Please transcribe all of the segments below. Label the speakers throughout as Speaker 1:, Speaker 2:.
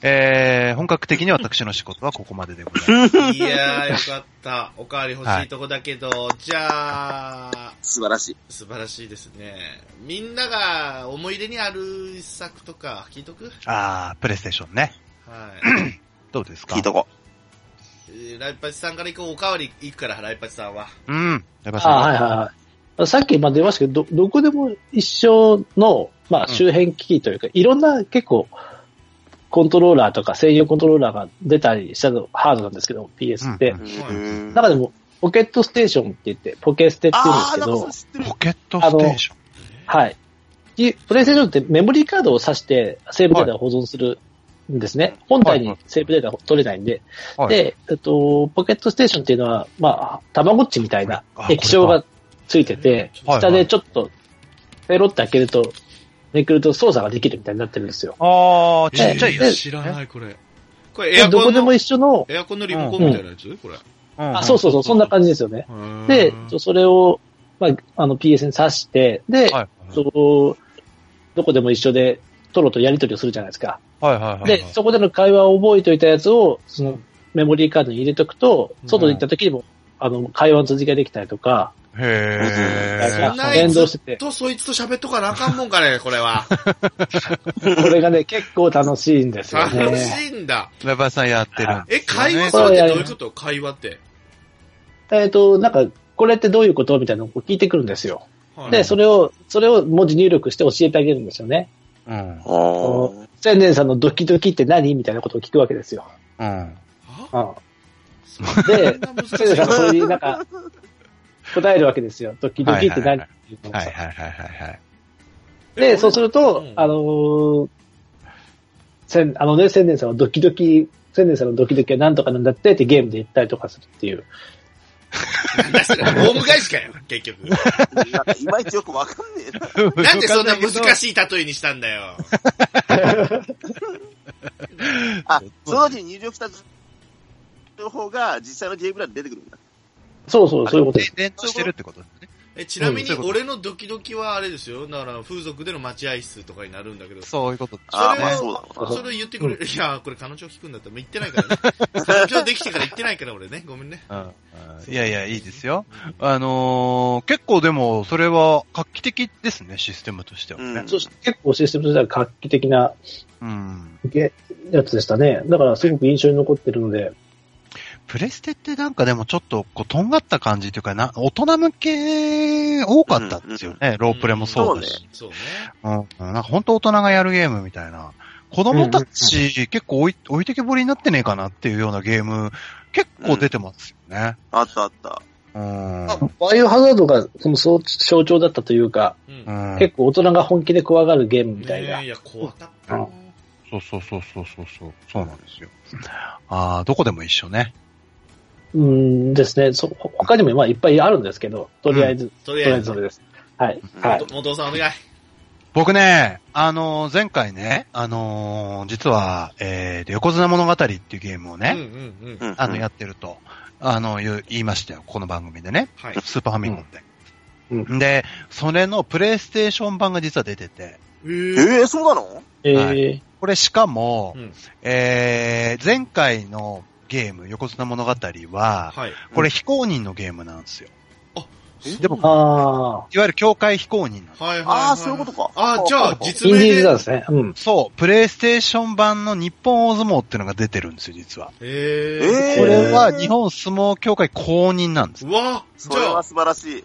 Speaker 1: えー、本格的に私の仕事はここまででご ざいます。
Speaker 2: いやー、よかった。おかわり欲しいとこだけど、じゃあ、
Speaker 3: 素晴らしい。
Speaker 2: 素晴らしいですね。みんなが思い入れにある一作とか聞いとく
Speaker 1: あー、プレイステーションね。
Speaker 2: はい。
Speaker 1: どうですか
Speaker 3: 聞いとこ
Speaker 2: えーライパチさんから行こう。おかわり行くから、ライパチさんは。
Speaker 1: うん。やっぱ
Speaker 4: あはい
Speaker 1: さ、
Speaker 4: はいはい。さっきまあ出ましたけど、ど、どこでも一緒の、まあ
Speaker 1: うん
Speaker 4: 周辺機器というか、いろんな結構、コントローラーとか専用コントローラーが出たりしたのハードなんですけど、PS って。
Speaker 1: うん
Speaker 3: う。
Speaker 2: ん
Speaker 4: 中でも、ポケットステーションって言って、ポケステって言うんで
Speaker 3: あ
Speaker 4: す
Speaker 3: ー、
Speaker 4: け
Speaker 3: なんかそれ、知ってる。
Speaker 4: ど
Speaker 1: ポケットステーション。
Speaker 4: はい。いプレイステーションってメモリーカードを挿して、セーブデータを保存するんですね。本体
Speaker 1: はい
Speaker 4: にセーブデータを取れないんで。
Speaker 1: はい
Speaker 4: で、えっと、ポケットステーションっていうのは、まあ、たまごっちみたいな
Speaker 1: あこれか
Speaker 4: 液晶がついてて、
Speaker 1: はいはい
Speaker 4: 下でちょっと、ペロって開けると、めくると操作ができるみたいになってるんですよ。
Speaker 1: あー、ちっちゃいや
Speaker 4: ええ
Speaker 1: つ。
Speaker 2: 知ら、
Speaker 1: ない
Speaker 2: これ。これエ
Speaker 4: で
Speaker 2: ア
Speaker 4: ど
Speaker 2: コ
Speaker 4: こ
Speaker 2: ン
Speaker 4: で
Speaker 2: の
Speaker 4: も、一緒の、
Speaker 2: エアコンのリモコンみたいなやつ、これ。
Speaker 1: あ
Speaker 4: あ、そうそうそう、そんな感じですよね。で、それを、まあ、あの PS に挿して、で、
Speaker 1: はい
Speaker 4: そうどこでも一緒で、トロとやり取りをするじゃないですか。
Speaker 1: はいはいはい。
Speaker 4: で、そこでの会話を覚えておいたやつを、そのメモリーカードに入れとくと、外に行った時にも、あの、会話の続きができたりとか、
Speaker 1: へ
Speaker 2: そ
Speaker 1: ー
Speaker 2: んなや
Speaker 4: 連動
Speaker 2: つ
Speaker 4: してて、
Speaker 2: とそいつと喋っとかなあかんもんかね、これ は。
Speaker 4: これがね、結構楽しいんですよ
Speaker 2: 楽
Speaker 4: ね。
Speaker 2: しいんだ。
Speaker 1: ラバーさんやってるん
Speaker 2: え、
Speaker 1: ですよね。
Speaker 2: 会話するってどういうこと会話って。
Speaker 4: えっと、なんか、これってどういうことみたいなのを聞いてくるんですよ。
Speaker 2: はい
Speaker 4: で、それを、それを文字入力して教えてあげるんですよね。
Speaker 1: うん。
Speaker 3: あー
Speaker 4: 千年さんのドキドキって何みたいなことを聞くわけですよ。
Speaker 1: うん。
Speaker 2: あ
Speaker 4: うん。
Speaker 2: そ
Speaker 4: で
Speaker 2: ん、な難し
Speaker 4: 千年さんが
Speaker 2: い
Speaker 4: それになんか、答えるわけですよ。ドキドキって何っていうのを
Speaker 1: はい
Speaker 4: さ
Speaker 1: はいはいはい
Speaker 4: で、そうすると、
Speaker 2: うん
Speaker 4: あのー、せん、あのね、千年さんはドキドキ、千年さんのドキドキはなんとかなんだってってゲームで言ったりとかするっていう。
Speaker 2: なんだそれ、ホーム返しかよ、結 局。
Speaker 3: なんかいまいちよくわかんねえな。
Speaker 1: はい。
Speaker 2: なんでそんな難
Speaker 1: い
Speaker 2: しい例えにしたん だよ。
Speaker 3: あ、その時に入力した情報が実際のゲーム欄に出てくるんだ。
Speaker 4: そうそう、そういう ことです。
Speaker 1: 連動してるってことですね。
Speaker 2: えちなみ
Speaker 1: う
Speaker 2: に
Speaker 1: んそういうこと
Speaker 2: 俺のドキドキはあれですよ。だから風俗での待合室とかになるんだけど、そ
Speaker 1: そういうことです
Speaker 3: あ
Speaker 2: れ
Speaker 3: ーまあ
Speaker 2: を、
Speaker 3: そうだろうな
Speaker 2: それを言ってくれる。いや、これ彼女聞くんだったらもう言ってないからね。彼女できてから言ってないから俺ね。ごめんね。
Speaker 1: うんうんいやいや、いいですよ。あのー、結構でも、それは画期的ですね、システムとしてはね。
Speaker 4: そして結構システムとしては画期的な
Speaker 1: うん。
Speaker 4: ゲやつでしたね。だからすごく印象に残ってるので、
Speaker 1: プレステってなんかでもちょっと、こう、とんがった感じというかな、大人向け多かったんですよね。ロープレもそうだし。
Speaker 2: そうね。
Speaker 1: うん。なんか本当大人がやるゲームみたいな。子供たち結構置い置いてけぼりになってねえかなっていうようなゲーム、結構出てますよね。
Speaker 3: あったあった。
Speaker 1: うん。
Speaker 4: バイオハザードがそのそう象徴だったというか、
Speaker 2: うん。
Speaker 1: うん
Speaker 4: 結構大人が本気で怖がるゲームみたい
Speaker 2: ね
Speaker 4: な
Speaker 2: え。いや、怖かったな。
Speaker 1: そうそうそうそうそうそう。そうなんですよ。ああ、どこでも一緒ね。
Speaker 4: うんですね。そ他にもまあいっぱいあるんですけど、とりあえず、
Speaker 2: と
Speaker 4: と
Speaker 2: り
Speaker 4: りあ
Speaker 2: あ
Speaker 4: え
Speaker 2: え
Speaker 4: ずそ
Speaker 2: ず、
Speaker 4: れです。はい。はい。
Speaker 2: 元さんお願い。
Speaker 1: 僕ね、あのー前回ね、あのー実は、えーと、横綱物語っていうゲームを
Speaker 2: うん
Speaker 1: ね、
Speaker 2: うんうん。
Speaker 3: うん
Speaker 1: あの、やってると、あの、言う言いましたよ。この番組でね。
Speaker 2: はい。
Speaker 1: スーパーファミコンで。
Speaker 4: うん
Speaker 1: で、それのプレイステーション版が実は出てて、
Speaker 2: え
Speaker 3: え
Speaker 2: ー
Speaker 3: ー、そうなの
Speaker 4: えー
Speaker 1: はいこれしかも、
Speaker 2: うん
Speaker 1: えー前回のゲーム、横綱物語は、
Speaker 2: はい。
Speaker 1: これ非公認のゲームなんですよ。でも
Speaker 4: あ
Speaker 1: いわゆる協会非公認なんです
Speaker 2: はいはいはい。
Speaker 3: あーそういうことか
Speaker 2: あーじゃあ、
Speaker 4: あ、
Speaker 2: 実
Speaker 4: イン
Speaker 2: 名
Speaker 4: ディー
Speaker 2: で
Speaker 4: ズなんですね。うん。
Speaker 1: そう、プレイステーション版の日本大相撲っていうのが出てるんですよ、実は。
Speaker 2: え
Speaker 3: えー
Speaker 1: これは日本相撲協会公認なんです。
Speaker 2: うわじ
Speaker 3: それ
Speaker 2: ゃあ
Speaker 3: は、素晴らしい。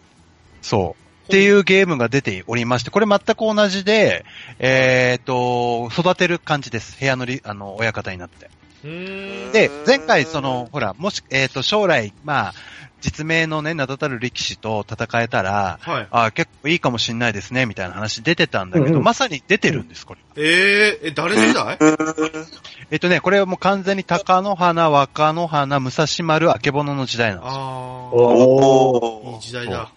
Speaker 1: そう。っていうゲームが出ておりまして、これ全く同じで、えっ、と、育てる感じです。部屋のり、あの、親方になって。
Speaker 2: うーん。
Speaker 1: で
Speaker 3: うー、ん
Speaker 1: 前回その、ほら、もし、えっ、と、将来、まあ、実名のね、名だたる力士と戦えたら、
Speaker 2: はい。
Speaker 1: あ結構いいかもしんないですね、みたいな話出てたんだけど、
Speaker 4: うんうん
Speaker 1: まさに出てるんです、これ。
Speaker 2: えー、え、誰世代
Speaker 1: えっとね、これはもう完全に高野花、若野花、武蔵丸、あけぼのの時代なんですよ。
Speaker 2: ああ、
Speaker 4: おー。
Speaker 2: いい
Speaker 3: おー。
Speaker 2: 時代だ。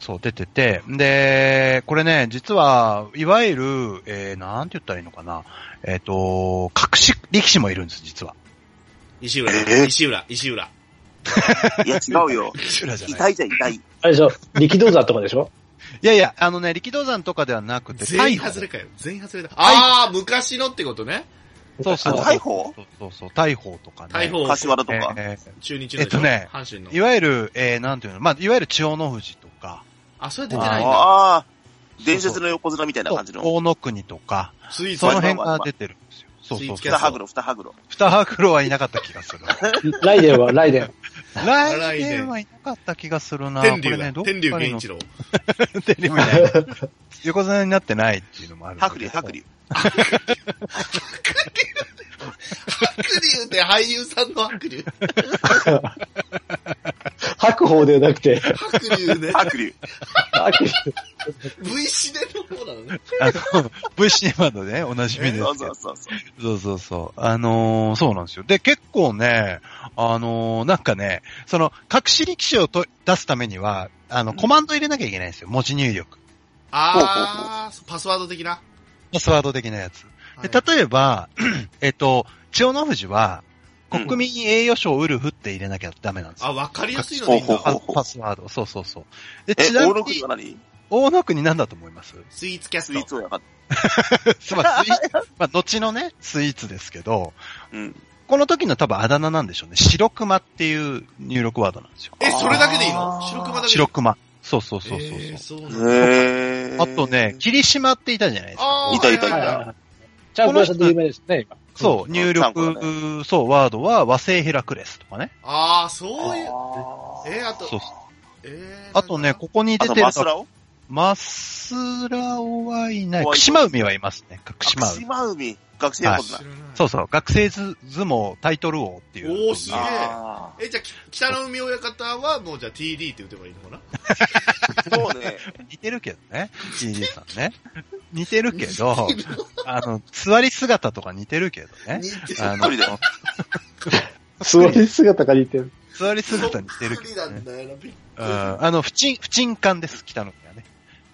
Speaker 1: そう、出てて。で、これね、実は、いわゆる、えー、なんて言ったらいいのかな。えっ、と、隠し力士もいるんです、実は。
Speaker 2: 石浦、
Speaker 3: えー
Speaker 2: 石浦、石浦。
Speaker 3: いや、違うよ。
Speaker 1: いやい
Speaker 3: 痛いじゃ痛い。
Speaker 4: あれでしょ力道山とかでしょ
Speaker 1: やいや、あのね、力道山とかではなくて、
Speaker 2: 全員
Speaker 1: 太陽
Speaker 2: 外れかよ。全員外れだ。ああ、昔のってことね。
Speaker 1: そうそう。
Speaker 3: あ大鵬
Speaker 1: そうそうそう。大鵬とかね。
Speaker 2: 大鵬
Speaker 3: 柏原とか。
Speaker 1: え
Speaker 2: 中日のでしょ
Speaker 1: えっとね
Speaker 2: 阪神
Speaker 1: ーい
Speaker 2: の。
Speaker 1: わゆる、えー、なんていうの、まあ、いわゆる千代の富士とか、
Speaker 2: あ、それ出てないんだ。
Speaker 3: ああ、伝説の横綱みたいな感じの。
Speaker 1: 大野国とか、
Speaker 2: スイーツ
Speaker 1: その
Speaker 2: は
Speaker 1: 辺が出てるんですよ。そうそう
Speaker 2: スイーツキ
Speaker 1: そ
Speaker 2: ャ
Speaker 1: う
Speaker 3: 二
Speaker 2: ス。
Speaker 3: 羽黒、二羽黒。
Speaker 1: 二羽黒はいなかった気がする。
Speaker 4: ライデンは、ライデン。
Speaker 1: 来年はいなかった気がするな。
Speaker 2: 天
Speaker 1: こ
Speaker 2: 竜
Speaker 1: れね
Speaker 2: だ。
Speaker 1: どっか
Speaker 2: 天
Speaker 1: に
Speaker 2: 竜源一郎。
Speaker 1: 天竜みた いな横綱になってないっていうのもあるんだ
Speaker 3: 白
Speaker 1: け
Speaker 3: 龍、
Speaker 1: ど。
Speaker 3: 白龍。
Speaker 2: 白龍って俳優さんの白龍。
Speaker 4: 白鵬ではなくて、
Speaker 2: 白龍ね。
Speaker 3: 白龍。
Speaker 4: 白
Speaker 2: V シネの方なのね。
Speaker 1: あの、V シネマの ね、おなじみですけ
Speaker 3: そう
Speaker 1: ど。
Speaker 3: そうそうそう。
Speaker 1: そうそうそう。あのーそうなんですよ。で、結構ね、あのーなんかね、その、隠し力士をと出すためには、あの、コマンド入れなきゃいけないんですよ。文字入力。
Speaker 2: あー、パスワード的な。
Speaker 1: パスワード的なやつ。
Speaker 2: はい
Speaker 1: で、例えば、 えっと、千代の富士は、国民栄誉賞ウルフって入れなきゃダメなんですよ。
Speaker 2: あ、わかりやすいのでいいん
Speaker 3: ほうほうほ
Speaker 2: だ。
Speaker 3: う
Speaker 1: パパスワード。そうそうそう。で、
Speaker 3: え、
Speaker 1: ちなみ
Speaker 3: 大野国
Speaker 1: に
Speaker 3: は、何
Speaker 1: 大野国なんだと思います
Speaker 2: スイーツキャ
Speaker 3: ス
Speaker 2: ス
Speaker 3: イーツ
Speaker 2: ト。
Speaker 3: をやがっ
Speaker 1: つ まり、スイーツまあ、後のね、スイーツですけど、
Speaker 3: うん。
Speaker 1: この時の多分あだ名なんでしょうね。白熊っていう入力ワードなんですよ。
Speaker 2: え、それだけでいいの
Speaker 3: あー
Speaker 2: 白熊だけでいい
Speaker 1: 白熊。そうそうそうそうそう、
Speaker 2: えーそうなんだ
Speaker 3: へー
Speaker 1: あとね、、霧島っていたじゃないですか
Speaker 2: あ。ー
Speaker 3: いたいたい
Speaker 2: は
Speaker 3: た
Speaker 2: は
Speaker 4: はいちゃんこ屋さんで有名ですね、今。
Speaker 1: そう、入
Speaker 3: う
Speaker 1: 力、
Speaker 3: んそう
Speaker 1: そう、ワードは和製ヘラクレスとかね。
Speaker 2: あー、そういう。
Speaker 3: あー
Speaker 2: えー、あと、
Speaker 1: そう
Speaker 2: えー、
Speaker 1: あとね、
Speaker 2: こ。
Speaker 1: ここに
Speaker 3: あ
Speaker 1: 出
Speaker 3: と、
Speaker 1: てる
Speaker 3: マスラオ
Speaker 1: マスラオはいない。
Speaker 3: 怖い
Speaker 1: クシマウミはいますね。クシマウミ。
Speaker 3: 島海。学生のことな。
Speaker 1: そううそう、学生ず相撲タイトル王っていう。
Speaker 2: おーすげえ
Speaker 3: あ
Speaker 2: え、じゃあ、き北の海親方はもうじゃあ TD って打てばいいのかな
Speaker 3: ーそうね。
Speaker 1: 似てるけどね。TD さんね。似てるけ ど、あの、座り姿とか似てるけどね。
Speaker 2: 似てる。
Speaker 1: あ
Speaker 3: 一人だ
Speaker 1: の、
Speaker 4: 座り姿が似てる。
Speaker 1: 座り姿似てるけ
Speaker 2: そっくり
Speaker 1: どね
Speaker 2: なん。だよな、びっくり
Speaker 1: うんあの、不沈、不沈感です、北の国はね。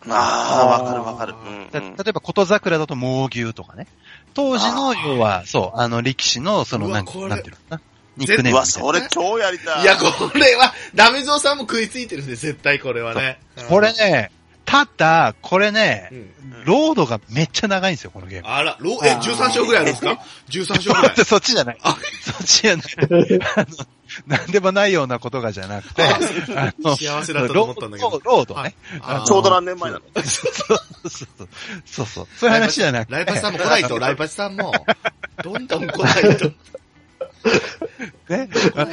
Speaker 3: ああ、わかるわかる。
Speaker 1: た
Speaker 3: うんうん
Speaker 1: 例えば、琴桜だと猛牛とかね。当時の、
Speaker 3: あー
Speaker 1: 要は、そう、あの、力士の、その、
Speaker 2: うわ
Speaker 1: なん
Speaker 2: これ
Speaker 1: なんていうのかな。ニックネ
Speaker 3: う
Speaker 1: ーム
Speaker 3: わ、
Speaker 1: みたいな
Speaker 3: それ超やりたい。
Speaker 2: いや、これは、ダメゾウさんも食いついてるんで、絶対これはね。
Speaker 1: これね、ただ、これね
Speaker 2: う、ん。
Speaker 1: ロードがめっちゃ長いんですよ、このゲーム。
Speaker 2: あら、ロえ、
Speaker 4: あー
Speaker 2: 13勝ぐらいあるんですか ?13 勝ぐら
Speaker 1: だ
Speaker 2: い
Speaker 1: って。 そっちじゃない
Speaker 2: あ。
Speaker 1: そっちじゃない。あの、なんでもないようなことがじゃなくて、あの、
Speaker 2: 幸せだったと思
Speaker 1: ロ
Speaker 2: ったんだけど
Speaker 1: ード、。ロードね。
Speaker 2: あー
Speaker 3: ちょうど何年前なの
Speaker 1: そうそうそう。そうそういう話じゃなくて。
Speaker 2: ライパチさんも来ないと、ライパチさんも。どんどん来ないと。
Speaker 1: ね。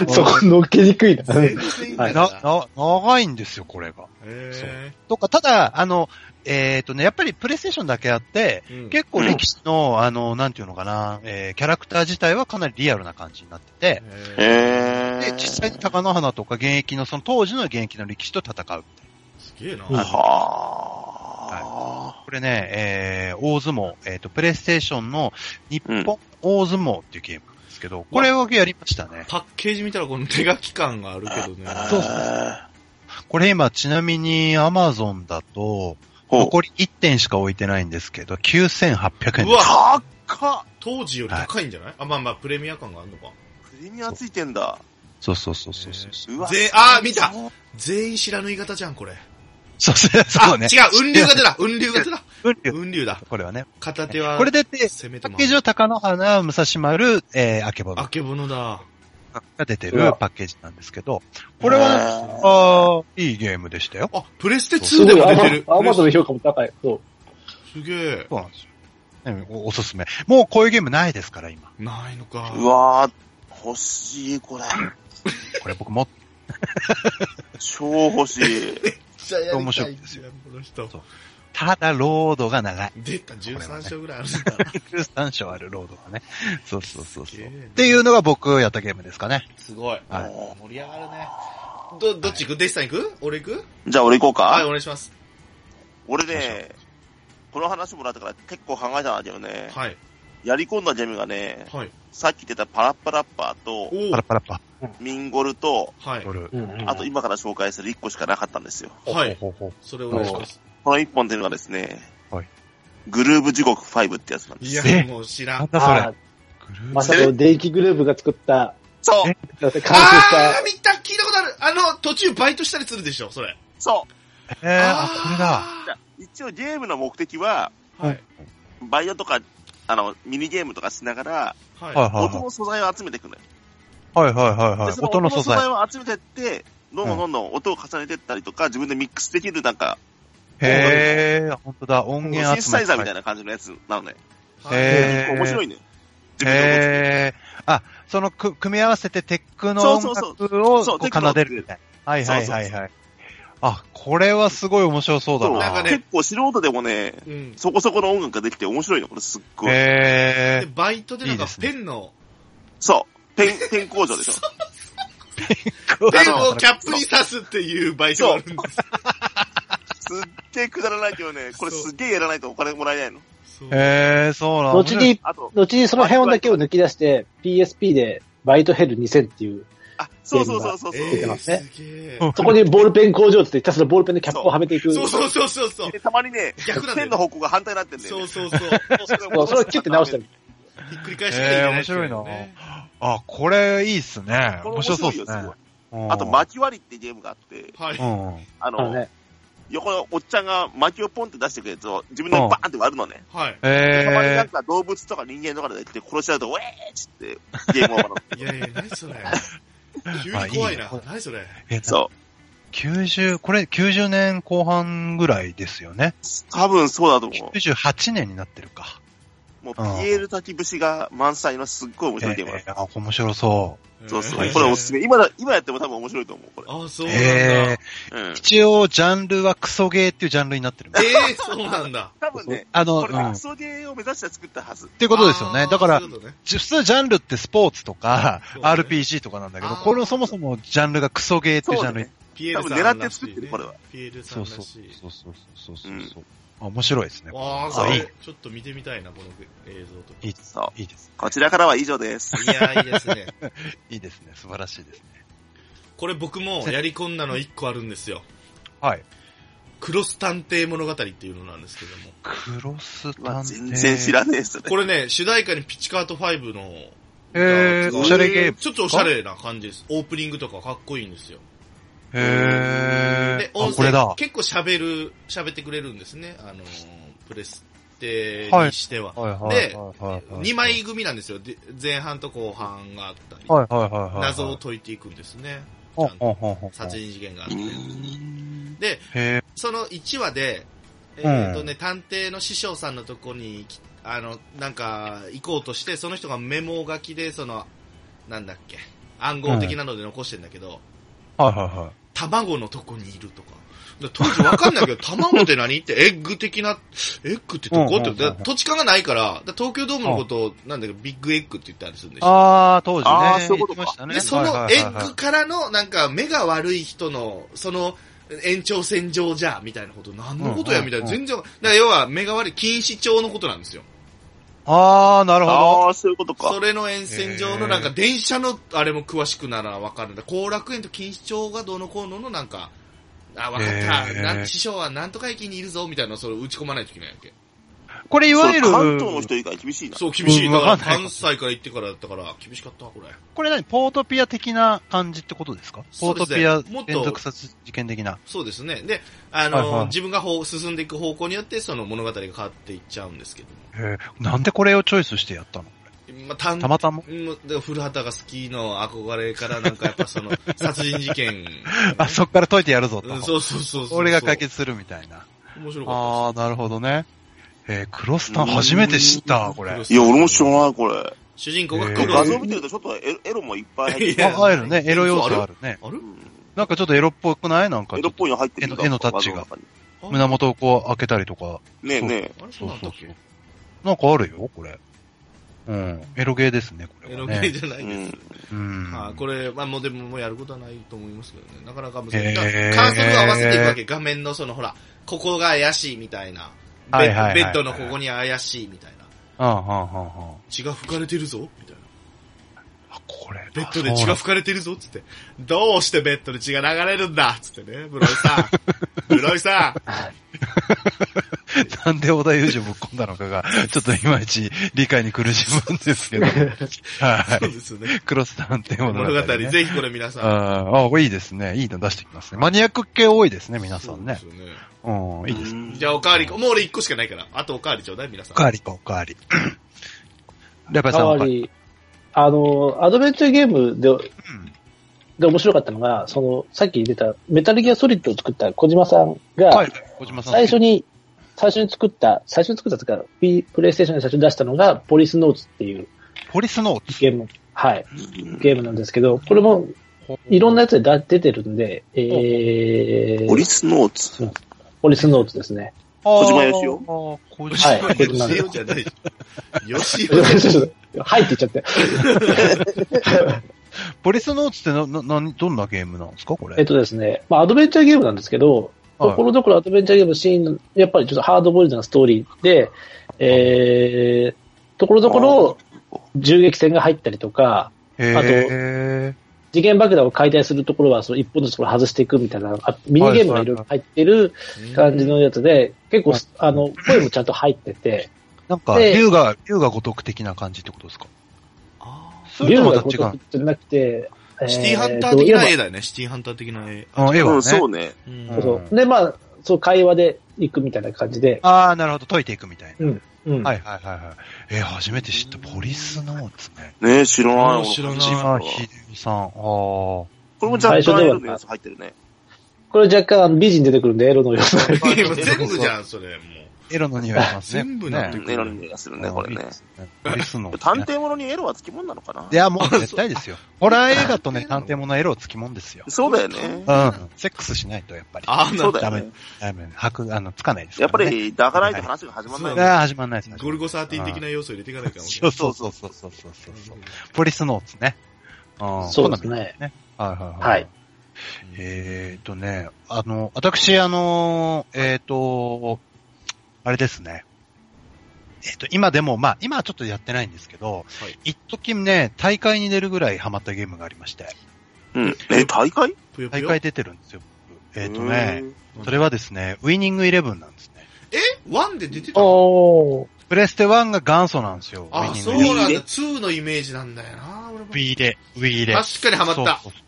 Speaker 4: そこ乗っけにくいな。
Speaker 2: 全然いな
Speaker 1: ないな
Speaker 2: から。
Speaker 1: 長いんですよ、これが。
Speaker 2: へ
Speaker 1: とか、ただ、あの、えっ、とね、やっぱりプレイステーションだけあって、
Speaker 2: ーうん
Speaker 1: 結構歴史の、あの、なんていうのかな、えーキャラクター自体はかなりリアルな感じになってて、
Speaker 2: へー
Speaker 1: で、
Speaker 3: え
Speaker 1: 実際に貴乃花とか現役の、その当時の現役の力士と戦う。
Speaker 2: すげえな。
Speaker 4: うん
Speaker 2: は
Speaker 3: は
Speaker 1: これね、えー、大相撲、えっ、と、プレイステーションの日本大相撲っていうゲームなんですけど、これをやりましたね。
Speaker 2: パッケージ見たらこの手書き感があるけどね。
Speaker 3: あ。
Speaker 1: そう
Speaker 3: う。
Speaker 1: これ今、ちなみに Amazon だと、
Speaker 3: ほう。
Speaker 1: 残り1点しか置いてないんですけど、9800円
Speaker 2: う
Speaker 1: です。
Speaker 2: わ、
Speaker 3: 高っか
Speaker 2: 当時より高いんじゃないあ、まあまあ、プレミア感があるのか。
Speaker 3: プレミアついてんだ。
Speaker 1: そうそうそうそうそう。
Speaker 3: うわ。
Speaker 2: ぜあー見た
Speaker 3: そう
Speaker 2: 全員知らぬ言い方じゃん、これ。
Speaker 1: そうそう
Speaker 2: あ、
Speaker 1: そうね。
Speaker 2: 違う、雲竜が 出た雲竜が出た
Speaker 1: うん
Speaker 2: 雲竜だ。
Speaker 1: これはね。
Speaker 2: 片手は、
Speaker 1: これで、で
Speaker 2: 攻めて
Speaker 1: パ
Speaker 2: ま
Speaker 1: ッケージは高野花、武蔵丸、えー、あけぼ
Speaker 2: あ
Speaker 1: の
Speaker 2: けぼのだ。
Speaker 1: が出て
Speaker 4: う
Speaker 1: る
Speaker 4: わ
Speaker 1: パッケージなんですけど、これは、
Speaker 3: へー
Speaker 1: あーいいゲームでしたよ。
Speaker 2: あ、プレステ
Speaker 4: す
Speaker 2: 2
Speaker 4: ご
Speaker 2: で
Speaker 4: い、
Speaker 2: も
Speaker 4: ア
Speaker 2: 出
Speaker 4: マ
Speaker 2: てる。
Speaker 4: アマゾン
Speaker 2: プ
Speaker 4: の
Speaker 2: レス
Speaker 4: 評価も高い。そう。
Speaker 2: すげえ。
Speaker 1: そうなんですよ。ねおおすすめ。もうこういうゲームないですから、今。
Speaker 2: ないのか。
Speaker 3: うわー、欲しい、これ。
Speaker 1: これ僕も、
Speaker 3: 超欲しい。
Speaker 2: ちゃやりた
Speaker 1: 面白いです
Speaker 2: よ。この人
Speaker 1: そうただロードが長い。
Speaker 2: 出た、13勝ぐらいあるんだ。
Speaker 1: 13章あるロードがね。そうそうそうそ
Speaker 2: す
Speaker 1: う。
Speaker 2: げえな
Speaker 1: っていうのが僕やったゲームですかね。
Speaker 2: すごい。
Speaker 1: はい
Speaker 2: 盛り上がるね。ど、どっち行く弟子さん行く俺行く
Speaker 3: じゃあ俺行こうか。
Speaker 2: はい、お願いします。
Speaker 3: 俺ね、この話もらったから結構考えたんだけどね、
Speaker 2: はい。
Speaker 3: やり込んだジェムがね、
Speaker 2: はい。
Speaker 3: さっき出たパラッパラッパーと、
Speaker 2: お
Speaker 1: パ
Speaker 2: お
Speaker 1: ラパラパ
Speaker 3: ミンゴルと、
Speaker 2: はい
Speaker 1: ラ。ル。
Speaker 3: あと今から紹介する1個しかなかったんですよ。
Speaker 2: はい。
Speaker 1: ほうほうほ
Speaker 2: それお願いします。
Speaker 3: この1本っていうのがですね、
Speaker 1: はい
Speaker 3: グルーブ地獄5ってやつなんで
Speaker 2: い
Speaker 3: す。
Speaker 2: や、
Speaker 1: え
Speaker 2: もう知
Speaker 1: う
Speaker 2: ら
Speaker 1: なん
Speaker 2: ん。
Speaker 1: だそれ。グルー
Speaker 4: まさ
Speaker 3: え
Speaker 4: と電気グループが作った、
Speaker 3: そう
Speaker 1: え
Speaker 4: 完成し
Speaker 2: あ
Speaker 4: た
Speaker 2: ー、見た聞いたことあるあの、途中バイトしたりするでしょ、それ。
Speaker 3: そ
Speaker 1: プ。えー、あ、これだ。
Speaker 3: う一応ゲームの目的は、
Speaker 2: これだ。はい。
Speaker 3: バイトとかあの、ミニゲームとかしながら、
Speaker 2: はい。
Speaker 1: はい
Speaker 3: 音の素材を集めていくのよ。
Speaker 1: はいはいはいはい。
Speaker 3: でそ
Speaker 1: 音の素材。
Speaker 3: を集めてって、どんどんどんどん音を重ねてったりとか、自分でミックスできるなんか、
Speaker 1: へえ、本当だ、音
Speaker 3: シ
Speaker 1: 源
Speaker 3: ンセ
Speaker 1: 集
Speaker 3: サ
Speaker 1: め
Speaker 3: イザーみたいな感じのやつなのね。
Speaker 2: はい
Speaker 1: へー
Speaker 3: 結構面白いね。自分で音を
Speaker 1: へえ。あ、そのく、組み合わせてテックの音楽を
Speaker 3: そうそうそうそう
Speaker 1: こ
Speaker 3: テ
Speaker 1: う
Speaker 3: クノ
Speaker 1: 奏でるみたいな。はいはいはいはい。あ、これはすごい面白そうだ
Speaker 3: そう
Speaker 1: な。
Speaker 2: なんかね
Speaker 3: 結構素人でもね、
Speaker 2: うん。
Speaker 3: そこそこの音楽ができて面白いの、これすっごい。
Speaker 2: で、
Speaker 1: へ
Speaker 2: バイトでなん
Speaker 1: いい
Speaker 2: か
Speaker 1: ですね
Speaker 2: ペンの、
Speaker 3: そう。 ペン、ペン工場でしょ。
Speaker 1: ー
Speaker 2: ペンをキャップに刺すっていうバイトがあるんです
Speaker 3: すっげえくだらないけどね、これすっげえやらないとお金もらえないの。
Speaker 2: そう
Speaker 1: へ え、そうなんだ。
Speaker 4: 後に、
Speaker 3: あと、
Speaker 4: 後にその辺だけを抜き出して、PSP でバイトヘル2000っていう、
Speaker 3: あ、そうそうそうそうそう。
Speaker 4: 出てますね
Speaker 2: えーすげえ
Speaker 1: うん
Speaker 4: そこにボールペン工場って言ってひたすらボールペンのキャップをはめていく。
Speaker 2: そうそうそうそうそう。
Speaker 3: でたまにね、
Speaker 2: 逆なんだよ
Speaker 3: 線の方向が反対になってんだよ
Speaker 2: そ
Speaker 3: ね。
Speaker 2: うそうそう。
Speaker 4: そうそれをキュッて直した
Speaker 3: る。
Speaker 4: り。
Speaker 2: ひっくり返してみたらいけないってう
Speaker 1: えー面
Speaker 2: の
Speaker 1: 白いな
Speaker 2: ね。
Speaker 1: あ、これいいっすね。
Speaker 3: これ
Speaker 1: 面
Speaker 3: 面
Speaker 1: 白そう
Speaker 3: 白
Speaker 1: っ
Speaker 3: いよ、
Speaker 1: す
Speaker 3: す
Speaker 1: ね
Speaker 3: ごい。。
Speaker 1: うん
Speaker 3: あと、巻き割りってゲームがあって、
Speaker 2: はい。
Speaker 1: うん。
Speaker 3: あ
Speaker 4: あの
Speaker 3: の、
Speaker 4: ね。
Speaker 3: 横のおっちゃんが巻きをポンって出してくるやつを自分でバーンって割るのね。
Speaker 2: はい。
Speaker 3: たまにな
Speaker 1: へ
Speaker 3: んか動物とか人間とかで来て殺しちゃうと、ウェーっつってゲームオーバーな
Speaker 2: や
Speaker 3: い
Speaker 2: いや、何 それ。急に怖いな。何それ。
Speaker 1: え。
Speaker 3: の。そう。
Speaker 1: 90、これ90年後半ぐらいですよね。
Speaker 3: 多分そうだと思
Speaker 1: 98年になってるか。
Speaker 3: う。もう、ピエール滝節が満載のすっごい面白いゲームだ
Speaker 1: えーあ、面白そ。
Speaker 3: そうそう
Speaker 2: え。ー
Speaker 3: これおすすめ。今だ、今やっても多分面白いと思う、これ。
Speaker 2: あ、そううなんだ。
Speaker 1: へえ
Speaker 2: え。
Speaker 3: うん。
Speaker 1: 一応、ジャンルはクソゲーっていうジャンルになってるみたい。
Speaker 2: えー、そうなんだ。
Speaker 3: 多分ね、
Speaker 1: あの、
Speaker 3: こ
Speaker 1: う
Speaker 3: れ
Speaker 1: ん。
Speaker 3: ク
Speaker 1: っ
Speaker 3: ソゲーを目指して作ったはず。
Speaker 1: てことですよ
Speaker 2: あ
Speaker 1: ね。
Speaker 2: ー
Speaker 1: だから
Speaker 2: そう、いうことね
Speaker 1: 普通ジャンルってスポーツとか、
Speaker 2: そうね
Speaker 1: RPG とかなんだけど、
Speaker 2: あー
Speaker 1: これそもそもジャンルがクソゲーっていうジャンルに
Speaker 3: ね。
Speaker 2: ピエールさん
Speaker 3: 多分狙っ
Speaker 2: ら
Speaker 3: て
Speaker 2: しい
Speaker 3: 作ってるこれは。
Speaker 2: ピエールさ
Speaker 1: そ
Speaker 2: ん
Speaker 1: う
Speaker 2: ら
Speaker 1: そう。
Speaker 2: しい。
Speaker 1: そうそうそうそううんそう。あ面白いですね。
Speaker 2: わあ、そ
Speaker 1: あいい
Speaker 2: れ、ちょっと見てみたいな、この映像とか。
Speaker 1: いい
Speaker 3: そ
Speaker 1: いいです。
Speaker 3: う。こちらからは以上です。
Speaker 2: いや、いいですね。
Speaker 1: いいですね。素晴らしいですね。
Speaker 2: これ僕もやり込んだの一個あるんですよ。
Speaker 1: はい。
Speaker 2: クロス探偵物語っていうのなんですけども。
Speaker 1: クロス
Speaker 3: ま
Speaker 1: 探
Speaker 3: あ、
Speaker 1: 偵。
Speaker 3: 全然知らねえっすね。
Speaker 2: これね、主題歌にピッチカート5の、
Speaker 1: へー
Speaker 2: が
Speaker 1: おしゃれゲーム
Speaker 2: ちょっとおしゃれな感じです。オープニングとかかっこいいんですよ。
Speaker 1: へー。
Speaker 2: で、
Speaker 1: あ
Speaker 2: 音、
Speaker 1: これだ
Speaker 2: 声。結構喋る、喋ってくれるんですね。あのー、プレステにしては。
Speaker 1: はい
Speaker 2: で
Speaker 1: はいはい。
Speaker 2: 2枚組なんですよ。で前半と後半があったり。
Speaker 1: はいはいはいはい。
Speaker 2: 謎を解いていくんですね。
Speaker 1: ほん
Speaker 2: ちゃん
Speaker 1: ほ
Speaker 2: と
Speaker 1: んほんほん
Speaker 2: 殺人事件があっ
Speaker 3: う
Speaker 2: て。
Speaker 3: ーん
Speaker 2: で、
Speaker 1: へー。
Speaker 2: その1話で、えっ、
Speaker 1: うん
Speaker 2: とね、探偵の師匠さんのとこにき、あの、なんか、行こうとして、その人がメモ書きで、その、なんだっけ、暗号的なので残してんだけど、
Speaker 1: はいはいはい。
Speaker 2: 卵のとこにいるとか。で当時わかんない けど、卵って何って、エッグ的な、エッグってどこって、
Speaker 1: うんうんうんうん
Speaker 2: だから土地勘がないから、だから東京ドームのことを、なんだっけ、ビッグエッグって言ったりするんでしょ。
Speaker 1: あー、当時ね。
Speaker 3: あーそういうこと
Speaker 1: 言って
Speaker 3: か
Speaker 1: ましたね
Speaker 2: で、その
Speaker 1: はい
Speaker 2: エ
Speaker 1: はいはいはい
Speaker 2: ッグからの、なんか、目が悪い人の、その、延長線上じゃ、みたいなこと、何のことや、
Speaker 1: うんうん
Speaker 2: みたいな、
Speaker 1: うん
Speaker 2: 全然、だから要は、目が悪い、禁止症のことなんですよ。
Speaker 1: あー、なるほど。
Speaker 3: ああ、そういうこと
Speaker 2: そ
Speaker 3: か。
Speaker 2: れの沿線上の、なんか、
Speaker 1: へー
Speaker 2: 電車の、あれも詳しくならわかるんだ。後楽園と錦糸町がどうのこうのの、なんか、あ、わかった、
Speaker 1: へー
Speaker 2: なん師匠はなんとか駅にいるぞ、みたいな、それを打ち込まないといけないわけ。
Speaker 1: これいわゆる
Speaker 3: そ、れ関東の人以外厳しいな。
Speaker 2: そう、厳しい。
Speaker 1: うん
Speaker 2: だから、
Speaker 1: わかんない
Speaker 2: 関西から行ってからだったから、厳しかったわ、これ。
Speaker 1: これ何ポートピア的な感じってことですかポ
Speaker 2: そう
Speaker 1: ー
Speaker 2: で
Speaker 1: ト
Speaker 2: すね
Speaker 1: ピア
Speaker 2: もっと
Speaker 1: 連続殺事件的な。
Speaker 2: そうですね。で、あの、
Speaker 1: はいはい
Speaker 2: 自分がほう進んでいく方向によって、その物語が変わっていっちゃうんですけども。
Speaker 1: へーなんでこれをチョイスしてやったの
Speaker 2: まあ、たん
Speaker 1: たまたま
Speaker 2: うんで古畑が好きの憧れからなんかやっぱ その、殺人事件、
Speaker 1: あ、そっから解いてやるぞと
Speaker 2: うん。そうそうそうそう。
Speaker 1: 俺が解決するみたいな。
Speaker 2: 面白か
Speaker 1: あー、なるほどね。えー、クロスタン
Speaker 3: うん
Speaker 1: 初めて知った、これ。
Speaker 2: った
Speaker 1: あ
Speaker 2: です。
Speaker 3: いや、俺も知ら
Speaker 2: い。
Speaker 3: ない、これ。
Speaker 2: 主人公が
Speaker 1: えー
Speaker 2: 黒
Speaker 3: 画
Speaker 2: い
Speaker 3: 像見てるとちょっとエロエロもいっぱい入っ
Speaker 2: い
Speaker 3: て
Speaker 2: や
Speaker 3: る。
Speaker 1: あるね。エロ要素あるね。
Speaker 2: あれ
Speaker 3: うん
Speaker 1: なんかちょっとエロっぽくないなんか
Speaker 3: エ
Speaker 1: ちょ
Speaker 3: ロっ
Speaker 1: っと
Speaker 3: ぽいの入ってるよ
Speaker 1: 絵の絵のタッチが
Speaker 3: 画像の中に
Speaker 1: 胸元をこう開けたりとか。
Speaker 3: ねえね
Speaker 2: あれそ
Speaker 1: そうう
Speaker 2: なん
Speaker 1: そ
Speaker 2: だ
Speaker 1: うそ
Speaker 2: っけ
Speaker 1: う。なんかあるよ、これ。うん。エロゲーですね、これ
Speaker 2: エ
Speaker 1: は
Speaker 2: ロ
Speaker 1: ね。
Speaker 2: 系じゃな
Speaker 3: え。
Speaker 2: いうです。
Speaker 3: ん。
Speaker 1: うん。
Speaker 2: あーこれ、まあもうでももうやることはないと思いますけどね。なかなか難しい。
Speaker 1: へー
Speaker 2: だからカーソルを合わせていくわけ。画面のそのほら、ここが怪しいみたいな。ベ
Speaker 1: はいはいはいは
Speaker 2: ッ
Speaker 1: い
Speaker 2: ドベッドのここに怪しいみたいな。
Speaker 1: ああ、はあ、はあ、は
Speaker 2: 血が吹かれてるぞみたいな。
Speaker 1: あ。あ、これ。
Speaker 2: ベッドで血が
Speaker 1: そう
Speaker 2: 吹かれてるぞつって。どうしてベッドで血が流れるんだつってね。室井さ ん。室井さん。
Speaker 1: だなんで小田裕二をぶっ込んだのか が、ちょっといまいち理解に苦しむんですけど。は
Speaker 2: そうですね。
Speaker 1: い。クロスタンって物
Speaker 2: 物
Speaker 1: 語、
Speaker 2: 語、
Speaker 1: ね。
Speaker 2: ぜひこれ皆さん。
Speaker 1: ああ、いいですね。いいの出してきますね。マニアック系多いですね、皆さんね
Speaker 2: そ。うですよね
Speaker 1: うん、いいですね。
Speaker 2: じゃあおかわり、もう俺1個しかないから。あとおかわりちょうだい、皆さん。
Speaker 1: おかわりか、おかわり。レパイさ
Speaker 4: 代
Speaker 1: んは
Speaker 4: わり、あの、アドベンチャーゲームで
Speaker 1: うん
Speaker 4: で面白かったのが、その、さっき出た、メタルギアソリッドを作った小島さん
Speaker 1: は
Speaker 4: が
Speaker 1: い、、小島さん。
Speaker 4: 最初に、最初に作った、最初に作ったというか、P- プレイステーションで最初に出したのが、ポリスノーツっていう
Speaker 1: ポリスノーツ。
Speaker 4: ゲーム、はい、ゲームなんですけど、これも、いろんなやつで出てるんで、えー、
Speaker 3: オリスノーツ。
Speaker 4: ポリスノーツですね。
Speaker 1: 小
Speaker 3: 島よしお
Speaker 1: お。小島
Speaker 4: はい
Speaker 2: よ
Speaker 4: な
Speaker 2: しおじゃ ない。よしおじゃない。
Speaker 4: はいって言っちゃって。
Speaker 1: ポリスノーツってな、な、な、どんなゲームなんですかこれ。
Speaker 4: えっとですね、まあ、アドベンチャーゲームなんですけど、
Speaker 1: はい
Speaker 4: ところどころアドベンチャーゲームシーン、やっぱりちょっとハードボイルドなストーリーで、えー、ところどころ銃撃戦が入ったりとか、
Speaker 1: へえ。
Speaker 4: 次元爆弾を解体するところはその一本ずつこれ外していくみたいな、あミニゲームがいろいろ入ってる感じのやつで、結構す、あの、声もちゃんと入ってて、
Speaker 1: なんか、
Speaker 4: で
Speaker 1: 竜が、竜が如く的な感じってことですか
Speaker 2: あ
Speaker 1: それとまた違
Speaker 4: 竜
Speaker 1: う
Speaker 4: が。じゃなくて、
Speaker 2: ー
Speaker 4: えー
Speaker 2: シティハンター的な絵
Speaker 4: と
Speaker 2: だよね。シティハンター的な絵。
Speaker 1: うん、絵は
Speaker 3: う
Speaker 1: ね。
Speaker 3: ん、そうね。
Speaker 2: うん
Speaker 1: だ
Speaker 4: そうそうで、まあ、そう会話で行くみたいな感じで、
Speaker 1: ああ、なるほど。解いていくみたいな。
Speaker 4: うん
Speaker 1: はいはいはいはい。えー、初めて知った。ポリスノーツね。
Speaker 3: ねえ、知らな
Speaker 2: う
Speaker 3: い
Speaker 2: ん
Speaker 3: わ。
Speaker 2: 知らない
Speaker 1: 小
Speaker 3: 知ら
Speaker 1: 島
Speaker 3: ないわ
Speaker 1: 秀夫さん。ああ。
Speaker 3: これも若干エロの要素入ってるね。
Speaker 4: これ若干あの美人出てくるんで、エロの要素が。
Speaker 2: いやもう全部じゃん、それ。も
Speaker 1: エロの匂いしますね。
Speaker 2: 全部なって
Speaker 3: う
Speaker 2: く
Speaker 1: ね
Speaker 3: んエロの匂いがするね、これね。。
Speaker 1: ポリスノーツ
Speaker 3: 探
Speaker 1: ね。
Speaker 3: 偵ものにエロはつきもんなのかない
Speaker 1: や、もう絶対 ですよ。ホラー映画とね、
Speaker 2: 探
Speaker 1: 探偵
Speaker 2: 偵
Speaker 1: ものエロをつきもんですよ。
Speaker 3: そうだよね
Speaker 1: う。ん。セックスしないと、やっぱり。
Speaker 2: ああ、
Speaker 3: そ
Speaker 2: な
Speaker 3: うんだ
Speaker 2: だ。
Speaker 3: よ
Speaker 1: ダ
Speaker 3: ね。
Speaker 1: ダメ。はく、あの、つかないです
Speaker 3: やっぱ
Speaker 1: からね。
Speaker 3: り抱かないと話が始まら
Speaker 2: り
Speaker 3: ない。
Speaker 1: ああ、始まんないです。
Speaker 2: ゴルゴ13的な要素入れていかないかも。
Speaker 1: そうそうそうそうそうそうそう。ポリスノーツね。あー
Speaker 4: そうです。
Speaker 1: 好
Speaker 4: ね。
Speaker 1: みはいはい
Speaker 4: はい。
Speaker 1: えーとね、あの、私、あの、えーと、あれですね。えーと、今でも、まあ、今はちょっとやってないんですけど、
Speaker 2: はい
Speaker 1: 一時ね、大会に出るぐらいハマったゲームがありまして、
Speaker 3: うん。え、大会
Speaker 2: ぷよぷ
Speaker 1: 大
Speaker 2: よ
Speaker 1: 会出てるんですよ。僕えーとね、
Speaker 2: うーん
Speaker 1: それはですね、ウィニングイレブンなんですね。
Speaker 2: えワンで出てたの
Speaker 4: おー。
Speaker 1: プレステ1が元祖なんですよ。ウィ
Speaker 2: あ、
Speaker 1: ニン
Speaker 2: そ
Speaker 1: グイ
Speaker 2: う
Speaker 1: レブン。
Speaker 2: なんだ。2のイメージなんだよな、俺も。
Speaker 1: ウィーレ、ウィーレ。
Speaker 2: 確かにハマった。
Speaker 1: そうそう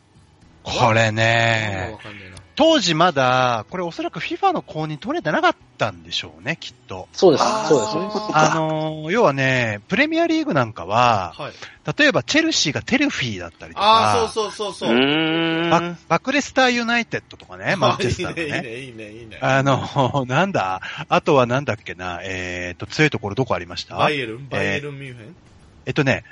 Speaker 1: これ
Speaker 2: なんか
Speaker 1: ね
Speaker 2: わ、かんないな。
Speaker 1: 当時まだ、これおそらく FIFA の公認取れてなかったんでしょうね、きっと。
Speaker 4: そうです
Speaker 3: あ。ー
Speaker 4: そうです。
Speaker 3: そういうこと
Speaker 1: あのー、要はね、プレミアリーグなんかは、
Speaker 2: はい。
Speaker 1: 例えばチェルシーがテルフィーだったりとか、
Speaker 2: ああ、そうそうそうそう。
Speaker 3: うー
Speaker 1: バ
Speaker 3: ん。
Speaker 1: バクレスターユナイテッドとかね、マンチェスターのね。
Speaker 2: いいね、いいね、いいね、いいね。
Speaker 1: あの、なんだあとはなんだっけな、えー、と、強いところどこありました
Speaker 2: バイエルンバイエルンミュンヘン
Speaker 1: えっとね、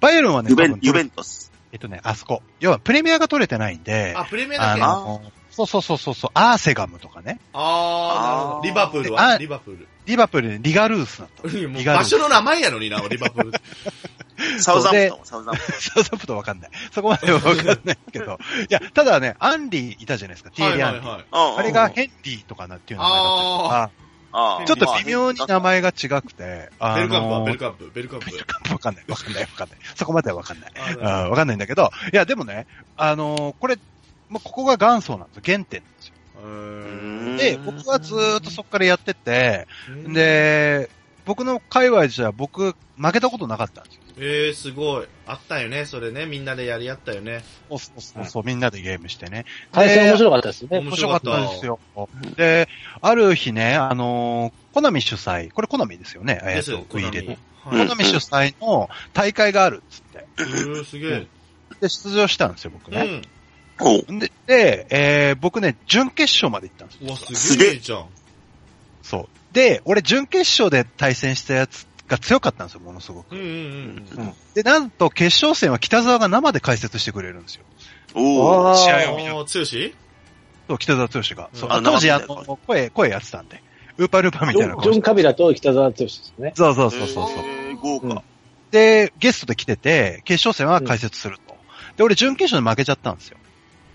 Speaker 1: バイエルンはね、
Speaker 3: ユベ
Speaker 1: 多
Speaker 3: ン
Speaker 1: 分、
Speaker 3: ユベントス。
Speaker 1: えっとね、あそこ。要はプレミアが取れてないんで、
Speaker 2: あ、プレミアだ
Speaker 1: あ
Speaker 2: け。あ
Speaker 1: の、そうそうそうそうそう、アーセガムとかね。
Speaker 2: あー、なるほど。リバプール
Speaker 1: あ
Speaker 2: は、リバプール。
Speaker 1: リバプールでリガルースだったの。
Speaker 2: もう
Speaker 1: リガルー
Speaker 2: 場
Speaker 1: ス。
Speaker 2: 所の名前や のにな、リバプールって。
Speaker 3: サウザンプトン、サウザンプ
Speaker 1: サウザンプトンわかんない。そこまではわかんないけど。いや、ただね、アンリーいたじゃないですか、ティ
Speaker 2: は
Speaker 1: ー
Speaker 2: い
Speaker 1: リー・ア
Speaker 2: は
Speaker 1: ン
Speaker 2: い
Speaker 1: リー。
Speaker 2: はい。
Speaker 3: トン。
Speaker 1: あれがヘンリーとかなっていう名前だったりとか、
Speaker 3: あー
Speaker 1: ちょっと微妙に名。前が違くて、あの
Speaker 2: ベルカップは、ベルカップ、ベルカップ。
Speaker 1: わかんない、わかんない、わかんない。そこまではわかんない。
Speaker 2: あーなるほど
Speaker 1: あーわかんないんだけど、いや、でもね、あのーこれ、まあ、ここが元祖なんですよ。原点なんですよ。で、僕はずーっとそこからやってて、で、僕の界隈じゃ僕、負けたことなかったんですよ。
Speaker 2: えー、すごい。あったよね、それね。みんなでやり合ったよね。
Speaker 1: そうそうそうそう、みんなでゲームしてね。
Speaker 4: 対戦面白かったですね。
Speaker 2: 面
Speaker 1: 面
Speaker 2: 白
Speaker 1: 白
Speaker 2: か
Speaker 1: か
Speaker 2: っ
Speaker 1: ったたですよ。で、ある日ね、あのーコナミ主催、これコナミですよね、え
Speaker 2: で
Speaker 1: っ
Speaker 2: す
Speaker 1: と、
Speaker 2: コナ
Speaker 1: ウイイレ
Speaker 2: ミ
Speaker 1: の。
Speaker 2: は
Speaker 1: コ
Speaker 2: い。
Speaker 1: ナミ主催の大会があるっつって。
Speaker 2: えー、すげえ。
Speaker 1: で、出場したんですよ、僕
Speaker 2: う
Speaker 1: ね。
Speaker 2: ん。
Speaker 3: おう
Speaker 1: で、でえー僕ね、準決勝まで行ったんですよ。
Speaker 2: うわ、すげえじゃん。
Speaker 1: そう。で、俺、準決勝で対戦したやつが強かったんですよ、ものすご
Speaker 2: うん
Speaker 1: く。
Speaker 2: うんうんうん。
Speaker 1: で、なんと、決勝戦は北沢が生で解説してくれるんですよ。
Speaker 3: おう
Speaker 1: 試
Speaker 2: あ
Speaker 1: 合を見
Speaker 2: ー、強し
Speaker 1: そう、北沢剛が。そう
Speaker 2: あ
Speaker 1: 当時、
Speaker 3: 生
Speaker 1: あ
Speaker 3: でね
Speaker 1: の、声、声やってたんで。ウーパールーパーみ
Speaker 4: ジ
Speaker 1: たいな
Speaker 4: ョンジ
Speaker 1: 顔
Speaker 4: ョ
Speaker 1: し
Speaker 4: ン・
Speaker 1: て。
Speaker 4: カビラと北澤剛ですね。
Speaker 1: そうそうそうそうそう。
Speaker 3: えー豪華。
Speaker 1: で、ゲストで来てて、決勝戦は解説すると。で、俺準決勝で負けちゃったんですよ。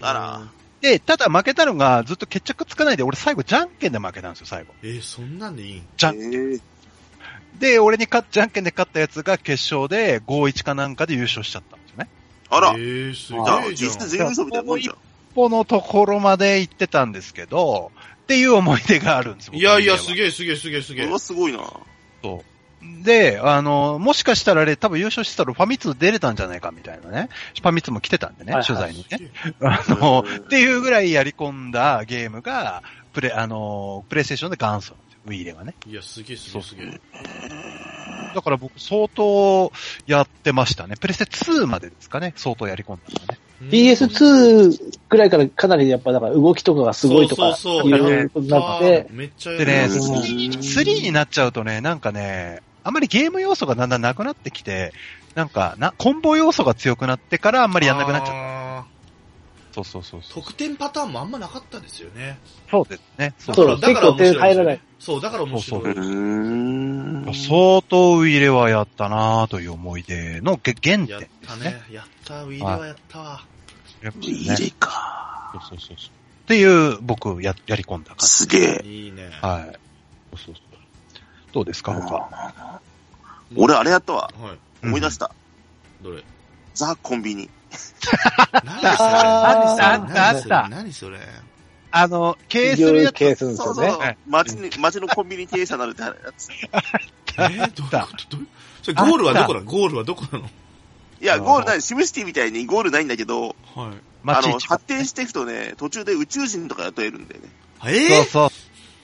Speaker 3: あら。
Speaker 1: で、ただ負けたのがずっと決着つかないで、俺最後じゃんけんで負けたんですよ、最後。
Speaker 2: えー、そんなんでいいん
Speaker 1: じゃん
Speaker 3: えー
Speaker 1: で、俺に勝っ、じゃんけんで勝ったやつが決勝で5-1かなんかで優勝しちゃったんですよね。
Speaker 3: あら
Speaker 2: え。ー、す
Speaker 3: あ
Speaker 2: げえじゃ
Speaker 3: 実質
Speaker 2: ん。
Speaker 3: 全員嘘みたいなもんじゃん。
Speaker 1: 一歩のところまで行ってたんですけど、っていう思い出があるんです
Speaker 2: いやいや、す
Speaker 1: え。
Speaker 2: げえすげえすげえす
Speaker 3: こ
Speaker 2: げ
Speaker 3: れ
Speaker 2: え。
Speaker 3: はすごいな。
Speaker 1: そうで、あの、もしかしたらあれ、多分優勝してたらファミ通出れたんじゃないかみたいなね。ファミ通も来てたんでね、
Speaker 4: はいはい
Speaker 1: 取材に ね。あの
Speaker 3: うん、
Speaker 1: っていうぐらいやり込んだゲームが、プレ、あの、プレイステーションで元祖なんですよ。ウィーレはね。
Speaker 2: いや、すげえすげえすげえ。
Speaker 1: だから僕相当やってましたね。プレステ2までですかね、相当やり込んだのね。
Speaker 4: PS2 ぐらいからかなりやっぱだから動きとかがすごいとか、
Speaker 2: そうそうそう
Speaker 4: いろいろことになって、
Speaker 2: めっちゃや
Speaker 1: で
Speaker 2: る
Speaker 1: ね、
Speaker 4: うん
Speaker 1: 3 3になっちゃうとね、なんかね、あまりゲーム要素がだんだんなくなってきて、なんかな、コンボ要素が強くなってからあんまりやんなくなっちゃっ。
Speaker 2: ゃった
Speaker 1: そうそうそう
Speaker 2: た
Speaker 1: そう。
Speaker 2: 得点パターンもあんまなかったですよね。
Speaker 1: そうですね。そう
Speaker 4: そう
Speaker 1: そ
Speaker 4: だ
Speaker 1: う。
Speaker 4: 結構点入らない。
Speaker 2: そう、だから面白い。
Speaker 1: そう
Speaker 3: ーん。
Speaker 1: 相当ウイイレはやったなぁという思い出のげ原点
Speaker 2: やっ
Speaker 1: で
Speaker 2: た
Speaker 1: す
Speaker 2: ね
Speaker 1: ね。。
Speaker 2: やった、ウィーレはやったわ。
Speaker 1: やっぱ
Speaker 3: い
Speaker 1: り
Speaker 3: い
Speaker 1: ね
Speaker 3: でか。
Speaker 1: そうそうそうそう。っていう、僕、や、やり込んだ感じ。
Speaker 3: すげえ。
Speaker 2: いいね。
Speaker 1: はい。そうそうそう。どうですか、他。
Speaker 3: 俺、あれやったわ。
Speaker 2: はい。
Speaker 3: 思い出した。
Speaker 2: どれ
Speaker 3: ザ・コンビニ。
Speaker 2: 何それ
Speaker 4: あった
Speaker 1: あったあった
Speaker 2: 何それ
Speaker 1: あの、経営す
Speaker 4: い
Speaker 1: る
Speaker 4: ろい
Speaker 1: や
Speaker 4: ろ
Speaker 1: つ
Speaker 4: 経営するんです
Speaker 3: そ
Speaker 4: よ
Speaker 3: うそ
Speaker 4: ね
Speaker 3: う
Speaker 1: はい。
Speaker 3: 街に、街のコンビニ経営者になるってやつ。
Speaker 2: 何それえーどういうことどういうそれゴールはどこだゴールはどこなの
Speaker 3: いや、ゴールない。シムシティみたいにゴールないんだけど、
Speaker 2: はい。
Speaker 3: あ
Speaker 1: 街
Speaker 3: の、
Speaker 1: 一番
Speaker 3: 発展していくとね、途中で宇宙人とか雇えるんだよね。
Speaker 1: そう
Speaker 2: え
Speaker 1: そう。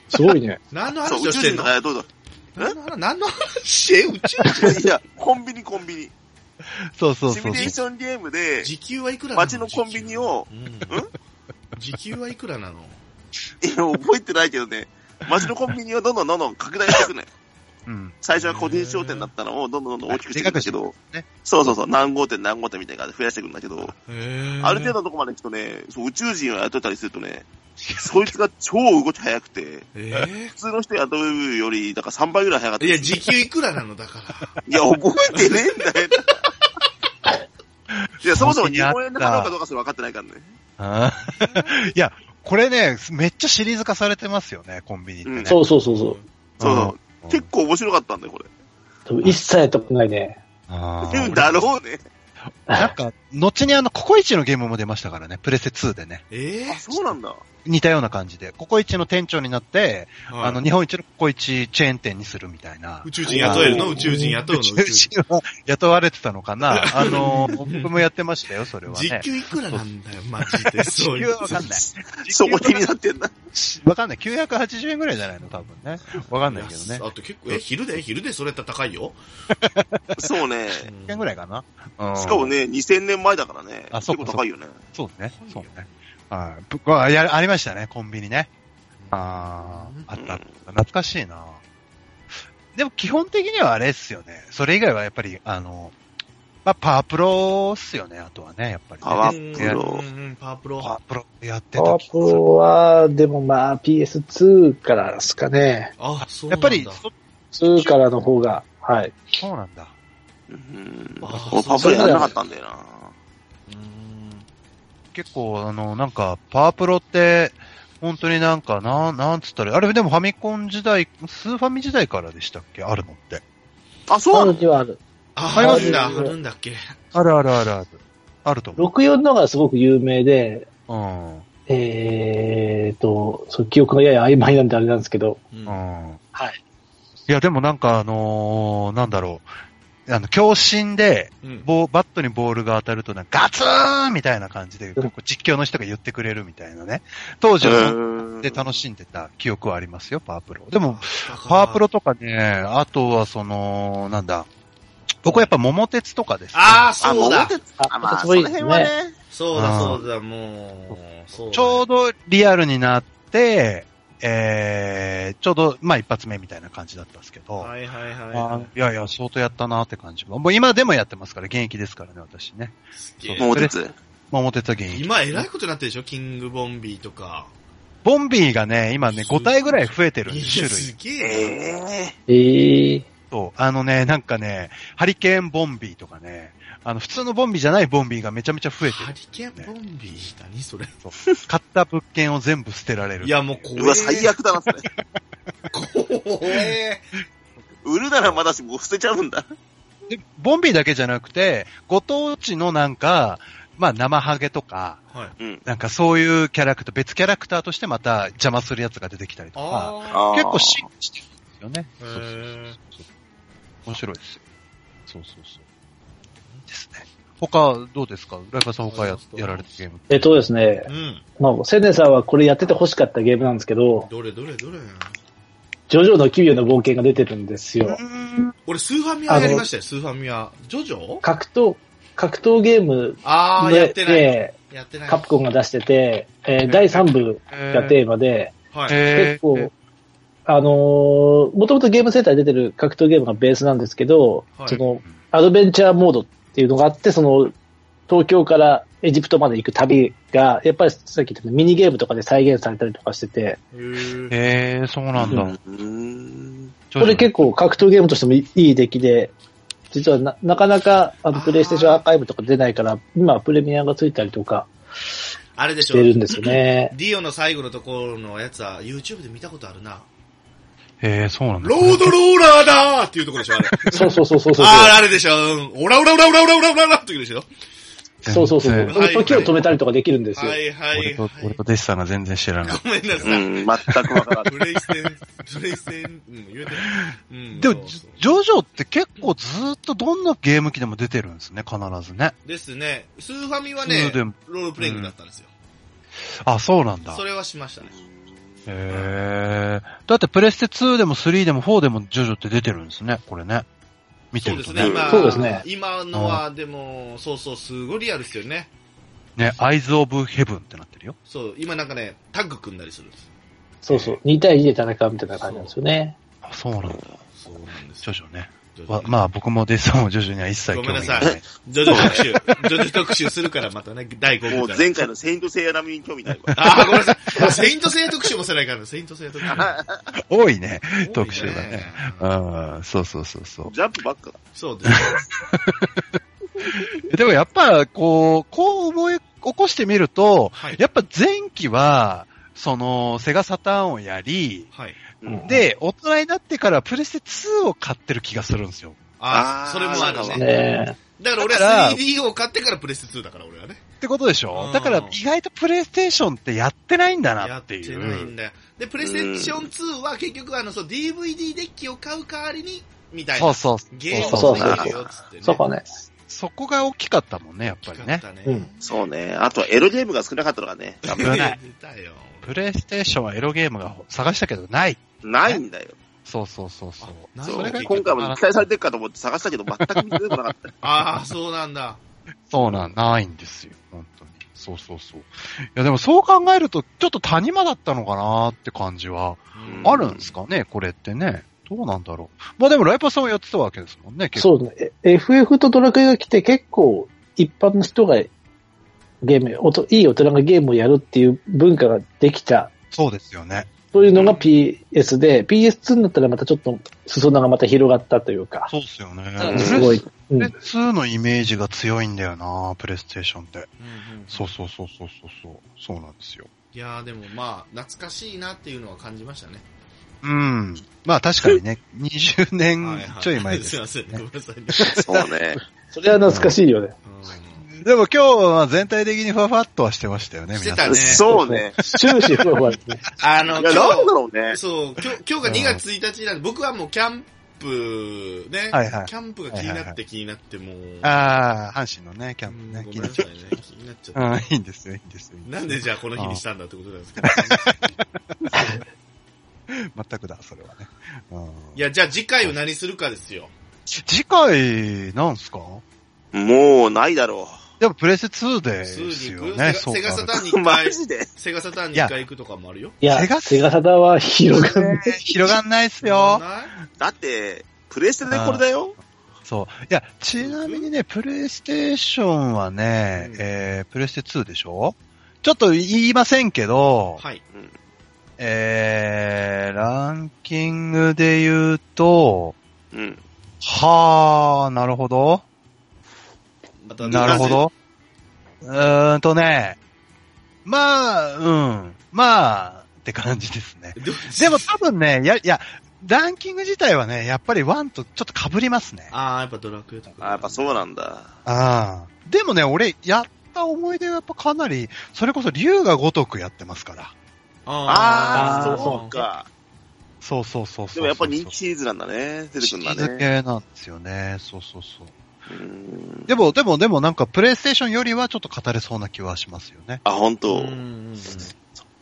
Speaker 4: すごいね。
Speaker 2: ー、何の
Speaker 3: そう、
Speaker 2: 話
Speaker 3: 宇
Speaker 2: を
Speaker 3: 宙
Speaker 2: して
Speaker 3: 人
Speaker 2: ん
Speaker 3: と
Speaker 2: の
Speaker 3: か雇うと。
Speaker 2: 何の話何の話え宇宙
Speaker 3: いや、コンビニコンビニ。
Speaker 1: そうそう
Speaker 3: シ
Speaker 1: そ
Speaker 3: ミュ
Speaker 1: う
Speaker 3: レ。ーションゲームで、
Speaker 2: 時給はいくらなの
Speaker 3: 街のコンビニを、
Speaker 2: うん時給はいくらなの
Speaker 3: いや覚えてないけどね、街のコンビニをどんどんどんどん拡大していくのよ。
Speaker 1: うん。
Speaker 3: 最初は個人商店だったのをどんどんどんどん大きくしていくんだけ
Speaker 1: で
Speaker 3: ど
Speaker 1: ね、
Speaker 3: そうそうそう、何号店何号店みたいな感じで増やしていくんだけど、あ
Speaker 2: あ
Speaker 3: る程度
Speaker 2: 度、
Speaker 3: のとこまで行くとね、そう宇宙人を雇ったりするとね、そいつが超動き早くて、
Speaker 2: え
Speaker 3: 普通の人雇うより、だから3倍ぐらい早かった。
Speaker 2: ー、いや、時給いくらなのだから。
Speaker 3: いや、覚えてねえん だよ。いや、そもそも日本円だかどうかどうかそれ分かってないからね。
Speaker 1: あーいや、これね、めっちゃシリーズ化されてますよね、コンビニってね。
Speaker 3: うん
Speaker 4: そうそうそうそう。
Speaker 3: そうそうう。結構面白かったんだよ、これ。
Speaker 4: 多分一切やったことないね。
Speaker 1: あ
Speaker 3: 言うん
Speaker 1: ー
Speaker 3: だろうね。
Speaker 1: なんか、後にあの、ココイチのゲームも出ましたからね、プレセ2でね。
Speaker 2: え
Speaker 3: あ、そうなんだ。
Speaker 1: 似たような感じで。ココイチの店長になって、
Speaker 2: ー、
Speaker 1: あの、日本一のココイチチェーン店にするみたいな
Speaker 2: 宇。宙人雇えるの宇宙人雇うの
Speaker 1: 宇宙人は雇われてたのかな あの、僕もやってましたよ、それは
Speaker 2: 時
Speaker 1: ね。
Speaker 2: 給いくらなんだよ、マジで。
Speaker 1: 時
Speaker 2: そうい
Speaker 1: 給
Speaker 2: う
Speaker 1: は。わかんない。
Speaker 3: そこ気になってんな。
Speaker 1: わかんない。980円ぐらいじゃないの多分ね。わかんないけどね。
Speaker 2: あと結構、え、昼で昼でそれやったら高いよ。
Speaker 3: そうね。
Speaker 1: 1円ぐらいかな。うん
Speaker 3: しかも。ね、2000年前だからね。
Speaker 1: あそ
Speaker 3: 結
Speaker 1: うか
Speaker 3: 構高いよね。
Speaker 1: そうね。
Speaker 2: そ
Speaker 1: そうう
Speaker 2: よ
Speaker 1: ね。はい。僕はや、ありましたね、コンビニね。ああ、あったあった。懐かしいな。でも基本的にはあれっすよね。それ以外はやっぱり、あの、まあ、パワープロっすよね、あとはね、やっぱり、ね。
Speaker 3: パワ
Speaker 2: うん
Speaker 3: プロ
Speaker 2: うんうんパワープ
Speaker 1: パ
Speaker 2: ロ。
Speaker 1: ワープロやって
Speaker 4: パ
Speaker 1: た。
Speaker 4: ワープロは、でもまあ PS2 からですかね。
Speaker 2: あ、そう
Speaker 1: や
Speaker 2: なん
Speaker 1: っ
Speaker 2: だ。
Speaker 1: ぱり、そ
Speaker 4: 2からの方が、はい。
Speaker 1: そうなんだ。
Speaker 3: うん。
Speaker 2: あ
Speaker 3: 俺パブロやらなかったんだよな。
Speaker 2: うん
Speaker 1: 結構、あの、なんか、パワープロって、本当になんか、なん、なんつったら、あれでもファミコン時代、スーファミ時代からでしたっけあるのって。
Speaker 3: あ、そう
Speaker 4: あ
Speaker 3: な
Speaker 4: る
Speaker 3: の
Speaker 4: にはある。
Speaker 2: あ、
Speaker 1: あり
Speaker 2: あ
Speaker 1: ま
Speaker 2: るん
Speaker 1: す
Speaker 2: だ、あるんだっけ。
Speaker 1: あるあるあるある。あると思
Speaker 4: 64のがすごく有名で、
Speaker 1: う。うん。
Speaker 4: えーと、そう記憶がやや曖昧なんであれなんですけど、
Speaker 2: うん
Speaker 1: うん。
Speaker 4: はい。
Speaker 1: いや、でもなんかあのーなんだろう。あの、強振で、
Speaker 2: うん
Speaker 1: ボーバットにボールが当たると、なんかガツーンみたいな感じで、結構実況の人が言ってくれるみたいなね。当時は、で楽しんでた記憶はありますよ、パワープロ。でも、パワープロとかね、あとはその、なんだ、僕はやっぱ桃鉄とかです、ね。
Speaker 2: ああ、
Speaker 3: あ、
Speaker 2: そ
Speaker 3: も
Speaker 2: う
Speaker 3: う
Speaker 2: だ
Speaker 3: 表。あ、
Speaker 4: あ、
Speaker 3: まあ、
Speaker 4: 私
Speaker 3: そ
Speaker 4: も
Speaker 3: の
Speaker 4: いいです
Speaker 3: 辺は
Speaker 4: ね。
Speaker 3: ね。
Speaker 2: そうだ、
Speaker 1: うん
Speaker 2: そうだ、もう。そうだ
Speaker 1: ちょうどリアルになって、えー、ちょうど、まあ一発目みたいな感じだったんですけど、
Speaker 2: はいはいはい
Speaker 1: あ
Speaker 2: は
Speaker 1: ーいやいや、相当やったなって感じ。もう今でもやってますから、現役ですからね、私ね。
Speaker 2: い。すげえ
Speaker 3: もう鉄。
Speaker 1: まあ桃鉄は現役。
Speaker 2: 今、えらいことになってるでしょキングボンビーとか。
Speaker 1: ボンビーがね、今ね、5体ぐらい増えてるんで
Speaker 2: いや
Speaker 1: す種類
Speaker 2: すげえ。
Speaker 3: ええ。
Speaker 4: ええ
Speaker 1: と。あのね、なんかね、ハリケーンボンビーとかね、あの、普通のボンビーじゃないボンビーがめちゃめちゃ増えて
Speaker 2: ハ
Speaker 1: る。
Speaker 2: リケーンボンビー何それ。
Speaker 1: 買った物件を全部捨てられる。
Speaker 2: いや、もう怖え。
Speaker 3: うわ、最悪だな、それ。
Speaker 2: 怖え。
Speaker 3: 売るならまだしも捨てちゃうんだ。
Speaker 1: で、ボンビーだけじゃなくて、ご当地のなんか、まあ、生ハゲとか、
Speaker 2: はい。
Speaker 3: うん。
Speaker 1: なんかそういうキャラクター、別キャラクターとしてまた邪魔するやつが出てきたりとか、
Speaker 2: あ
Speaker 1: 結構進化してるんですよね。
Speaker 2: あ。
Speaker 1: そ
Speaker 2: へ
Speaker 1: うそう
Speaker 2: え。
Speaker 1: 面白いですよ。そうそうそう。ですね。他、どうですか浦井さん他ややられたゲーム。
Speaker 4: えっとですね
Speaker 2: う、ん。
Speaker 4: まあ、セネさんはこれやってて欲しかったゲームなんですけど、
Speaker 2: どれどれどれ
Speaker 4: ジョジョの奇妙な冒険が出てるんですよ。
Speaker 2: 俺、スーファミアやりましたよ、スーファミア。ジョジョ
Speaker 4: 格闘、格闘ゲーム
Speaker 2: ああ、やってない。
Speaker 4: で、
Speaker 2: やってない。
Speaker 4: カプコンが出してて、えー第3部がテーマで、
Speaker 2: はい。
Speaker 1: え
Speaker 4: 結構、
Speaker 1: ー、
Speaker 4: あのー、もともとゲームセンターに出てる格闘ゲームがベースなんですけど、
Speaker 2: はい
Speaker 4: その、アドベンチャーモードっていうのがあって、その、東京からエジプトまで行く旅が、やっぱりさっき言ったようにミニゲームとかで再現されたりとかしてて、
Speaker 2: へー
Speaker 1: えー、そうなんだ。
Speaker 3: うーん。
Speaker 1: こ
Speaker 4: これ結構格闘ゲームとしてもいい出来で、実はななかなかあの
Speaker 2: あー
Speaker 4: プレイステーションアーカイブとか出ないから、今はプレミアがついたりとか
Speaker 2: あれで
Speaker 4: し
Speaker 2: しょ
Speaker 4: て。るんですよ ね。
Speaker 2: ディオの最後のところのやつは、YouTube で見たことあるな。
Speaker 1: えー、そうなんだ。
Speaker 2: ロードローラーだーっていうところでしょ、あれ。
Speaker 4: そうそうそうそうそう。
Speaker 2: あー、あれでしょ。うんオラオラオラオラオラオラオラオラっていうでしょ。
Speaker 4: そうそうそう。
Speaker 1: 全
Speaker 2: 然
Speaker 4: その時を止めたりとかできるんですよ。
Speaker 2: はいはいは
Speaker 1: 俺。
Speaker 2: い
Speaker 1: と、俺とデッサンが全然知らない。
Speaker 2: ごめんな
Speaker 3: う
Speaker 2: さい。
Speaker 3: ん、全くわか らない。
Speaker 2: プレイセン、プレイセン、うん、言うてないうん。
Speaker 1: でも、
Speaker 2: そう
Speaker 1: ジ
Speaker 2: そう
Speaker 1: ョジョって結構ずーっとどんなゲーム機でも出てるんですね、必ずね。
Speaker 2: ですね。スーファミは
Speaker 1: ス
Speaker 2: ね
Speaker 1: ーでも、
Speaker 2: ロールプレイングだったんですよ。
Speaker 1: あ、そうなんだ
Speaker 2: そ。れはしましたね。
Speaker 1: へえ。だってプレステ2でも3でも4でもジョジョって出てるんですね、これね。見て
Speaker 2: そう
Speaker 1: る
Speaker 2: で
Speaker 1: とね。
Speaker 2: すね。
Speaker 1: ね
Speaker 2: 今、
Speaker 4: そうですね
Speaker 2: 今のは、でも、そうそう、すごいリアルですよね。
Speaker 1: アイズ・オブ・ヘブンってなってるよ。
Speaker 2: そう、今なんかね、タッグ組んだりするんです。
Speaker 4: そうそう。2対2で戦うみたいな感じなんですよね。
Speaker 1: あ、そうなんだ。
Speaker 2: そうなんです
Speaker 1: ジョジョね。
Speaker 2: ジョジ
Speaker 1: わ
Speaker 2: ョ
Speaker 1: まあ僕もデッサンもジョジョには一切興味が
Speaker 2: ごめん
Speaker 1: な
Speaker 2: なさ
Speaker 1: い。
Speaker 2: ジョジョ特集。ジョジョ特集するから、またね、第5
Speaker 3: も
Speaker 2: 部
Speaker 3: う
Speaker 2: から。
Speaker 3: 前回のセイントセイヤ並みに興味ないわ。
Speaker 2: あー、ごめんなさい。セイントセイヤ特集もせないからね、セイントセイヤ特集。
Speaker 1: 多いね。特集だね
Speaker 2: 多い
Speaker 1: うん、そうそうそうそう。
Speaker 3: ジャンプばっかだ。
Speaker 2: そうですね。
Speaker 1: でもやっぱ、こう、こう思い起こしてみると、
Speaker 2: はい。
Speaker 1: やっぱ前期は、その、セガサターンをやり、
Speaker 2: はい。
Speaker 3: うん
Speaker 1: で、大人になってからプレステ2を買ってる気がするんですよ。
Speaker 2: あ
Speaker 3: あ
Speaker 2: あ、
Speaker 3: ー
Speaker 2: それもある
Speaker 3: そう
Speaker 2: ね
Speaker 3: だ。
Speaker 4: ね
Speaker 2: だから俺
Speaker 1: だ
Speaker 2: は
Speaker 1: から
Speaker 2: 3D を買ってからプレステ2だから俺はね。
Speaker 1: ってことでしょ
Speaker 2: うん
Speaker 1: だから意外とプレイステーションってやってないんだな
Speaker 2: や
Speaker 1: っ
Speaker 2: ってて
Speaker 1: い
Speaker 2: ないん
Speaker 1: う。
Speaker 2: だよ。で、プレイステーション2は結局あの、そう、DVD デッキを買う代わりに、みたい
Speaker 1: そ
Speaker 2: な
Speaker 1: う。そう。
Speaker 2: ゲーム
Speaker 1: そ
Speaker 2: を
Speaker 1: うそう
Speaker 2: できるよ、つってね。
Speaker 4: そうかね。
Speaker 1: そこが大きかったもんね、やっぱりね。
Speaker 2: 買った
Speaker 4: う
Speaker 2: ね
Speaker 4: ん。
Speaker 3: そうね。あと、エロゲームが少なかったのがね。
Speaker 1: 危ない。
Speaker 2: 出たよ。
Speaker 1: プレイステーションはエロゲームが探したけどない。
Speaker 3: ないんだよ。
Speaker 1: そうそうそうそう。
Speaker 2: あ
Speaker 3: そ
Speaker 2: それ
Speaker 3: う
Speaker 2: が結局
Speaker 3: 今回も期待されてるかと思って探したけど、全く見つけてこなかった。
Speaker 2: ああ、そうなんだ。
Speaker 1: そうなん、ないんですよ。本当に。そうそうそう。いやでもそう考えると、ちょっと谷間だったのかなって感じは、
Speaker 3: うん
Speaker 1: あるんですかね、これってね。どうなんだろう。まあでもライパさんはやってたわけですもんね、結構。
Speaker 4: そうね。え FF とドラクエが来て結構一般の人がゲーム、おといい大人がゲームをやるっていう文化ができた。
Speaker 1: そうですよね。
Speaker 4: そういうのが PS で、PS2 になったらまたちょっと裾野がまた広がったというか。
Speaker 1: そうですよね。
Speaker 2: うん
Speaker 4: すごい。う
Speaker 1: プレ
Speaker 4: ん、
Speaker 1: 2のイメージが強いんだよな、プレイステーションって。
Speaker 2: うんうん
Speaker 1: そうそうそうそうそうそう。そうなんですよ。
Speaker 2: いやーでもまあ、懐かしいなっていうのは感じましたね。
Speaker 1: うん。まあ確かに ね、20
Speaker 2: は
Speaker 1: 年
Speaker 2: いはい
Speaker 1: ちょい前です
Speaker 2: すい。ません。ごめんなさいね。
Speaker 3: そうね。
Speaker 4: それは懐かしいよね。
Speaker 2: うん
Speaker 1: でも今日は全体的にふわふわっとはしてましたよね、
Speaker 2: して
Speaker 1: 皆
Speaker 2: た
Speaker 1: さん。
Speaker 2: ね
Speaker 3: そうね。
Speaker 4: 終始ふわふわですね。
Speaker 2: あの、
Speaker 3: いや、なんだろうね。
Speaker 2: そう、今日、今日が2月1日なんで、僕はもうキャンプ、ね、
Speaker 1: はいはい
Speaker 2: キャンプが気になって気になって、もう。
Speaker 1: ああ、阪神のね、キャンプ
Speaker 2: うん
Speaker 1: ね、
Speaker 2: ご
Speaker 1: 気
Speaker 2: めん
Speaker 1: になっち
Speaker 2: なさ
Speaker 1: ゃ
Speaker 2: いね。気になっちゃっ
Speaker 1: う。
Speaker 2: た。
Speaker 1: うん、いいんですよ、いいんですよ。いいですよ
Speaker 2: なんでじゃあこの日にしたんだってことなんですけど。
Speaker 1: 全くだ、それはね。うん
Speaker 2: いや、じゃあ次回を何するかですよ。
Speaker 1: 次回、なんすか
Speaker 3: もう、ないだろ
Speaker 1: でもプレステ2で
Speaker 2: ツー
Speaker 1: す
Speaker 2: に行
Speaker 1: よ
Speaker 2: く、
Speaker 1: ね、
Speaker 2: セ
Speaker 1: そう
Speaker 2: ガセガサタ
Speaker 1: か。
Speaker 2: ーンに
Speaker 3: う。
Speaker 2: 1
Speaker 3: マ
Speaker 2: 回、
Speaker 3: ジで。
Speaker 2: セガサターンに1回行くとかもあるよ。
Speaker 4: いや
Speaker 1: セガ、
Speaker 4: セガサタは広がる。
Speaker 1: 広がんないっすよ。
Speaker 2: な
Speaker 3: だって、プレステでこれだよ。
Speaker 1: そう。いや、ちなみにね、プレイステーションはね、
Speaker 2: うん
Speaker 1: えー、プレステ2でしょちょっと言いませんけど、
Speaker 2: はい。
Speaker 1: えー、ランキングで言うと、
Speaker 3: うん。
Speaker 1: はー、なるほど。
Speaker 2: また
Speaker 1: なるほ。ど。うーんとね、まあ、うん、まあ、って感じです ね。
Speaker 2: ど
Speaker 1: でも多分ね、いや、いや、ランキング自体はね、やっぱり1とちょっと被りますね。
Speaker 2: ああ、やっぱドラクエとか。
Speaker 3: あ、やっぱそうなんだ。
Speaker 1: ああ。でもね、俺、やった思い出がやっぱかなり、それこそ竜が如くやってますから。
Speaker 2: あ
Speaker 3: あ
Speaker 2: ー
Speaker 3: あ
Speaker 4: ー
Speaker 3: ー、そう。か。
Speaker 1: そうそうそうそう
Speaker 3: でもやっぱ人気シリーズなんだね。出てくるんだ
Speaker 1: シリーズ
Speaker 3: ね。
Speaker 1: 系なんですよね。そうそうそう。
Speaker 3: うん
Speaker 1: でも、でも、でもなんか、プレイステーションよりはちょっと語れそうな気はしますよね。
Speaker 3: あ、本
Speaker 2: う
Speaker 3: 当。
Speaker 2: んうんうん
Speaker 1: う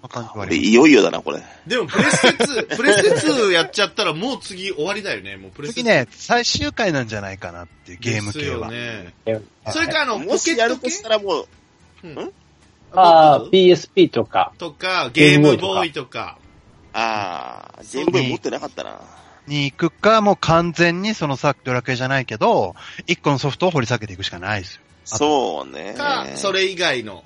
Speaker 1: な感じはあ
Speaker 3: で
Speaker 1: り
Speaker 3: いよいよだな、これ。
Speaker 2: でもプレステ2、プレ ステ2やっちゃったらもう次終わりだよね、もうプ
Speaker 1: ます。
Speaker 2: レステ
Speaker 1: 次
Speaker 2: 2。
Speaker 1: ね、最終回なんじゃないかなっていうゲーム
Speaker 2: です
Speaker 1: 系
Speaker 2: よ
Speaker 1: は。
Speaker 2: ね。
Speaker 4: はい
Speaker 2: それかあの、
Speaker 3: も
Speaker 2: ポケ
Speaker 3: しや
Speaker 2: ッ
Speaker 3: る
Speaker 2: ト
Speaker 3: と
Speaker 2: 系
Speaker 3: したらもう、
Speaker 2: うん
Speaker 4: ああ、
Speaker 2: ポケッ
Speaker 4: PSP とか。
Speaker 2: トとか、ゲームボーイとか。
Speaker 3: ああ、全部持ってなかったな。
Speaker 1: に行くか、もう完全にそのさっきドラクエじゃないけど、一個のソフトを掘り下げていくしかないですよ。
Speaker 3: そうね。
Speaker 2: か、それ以外の、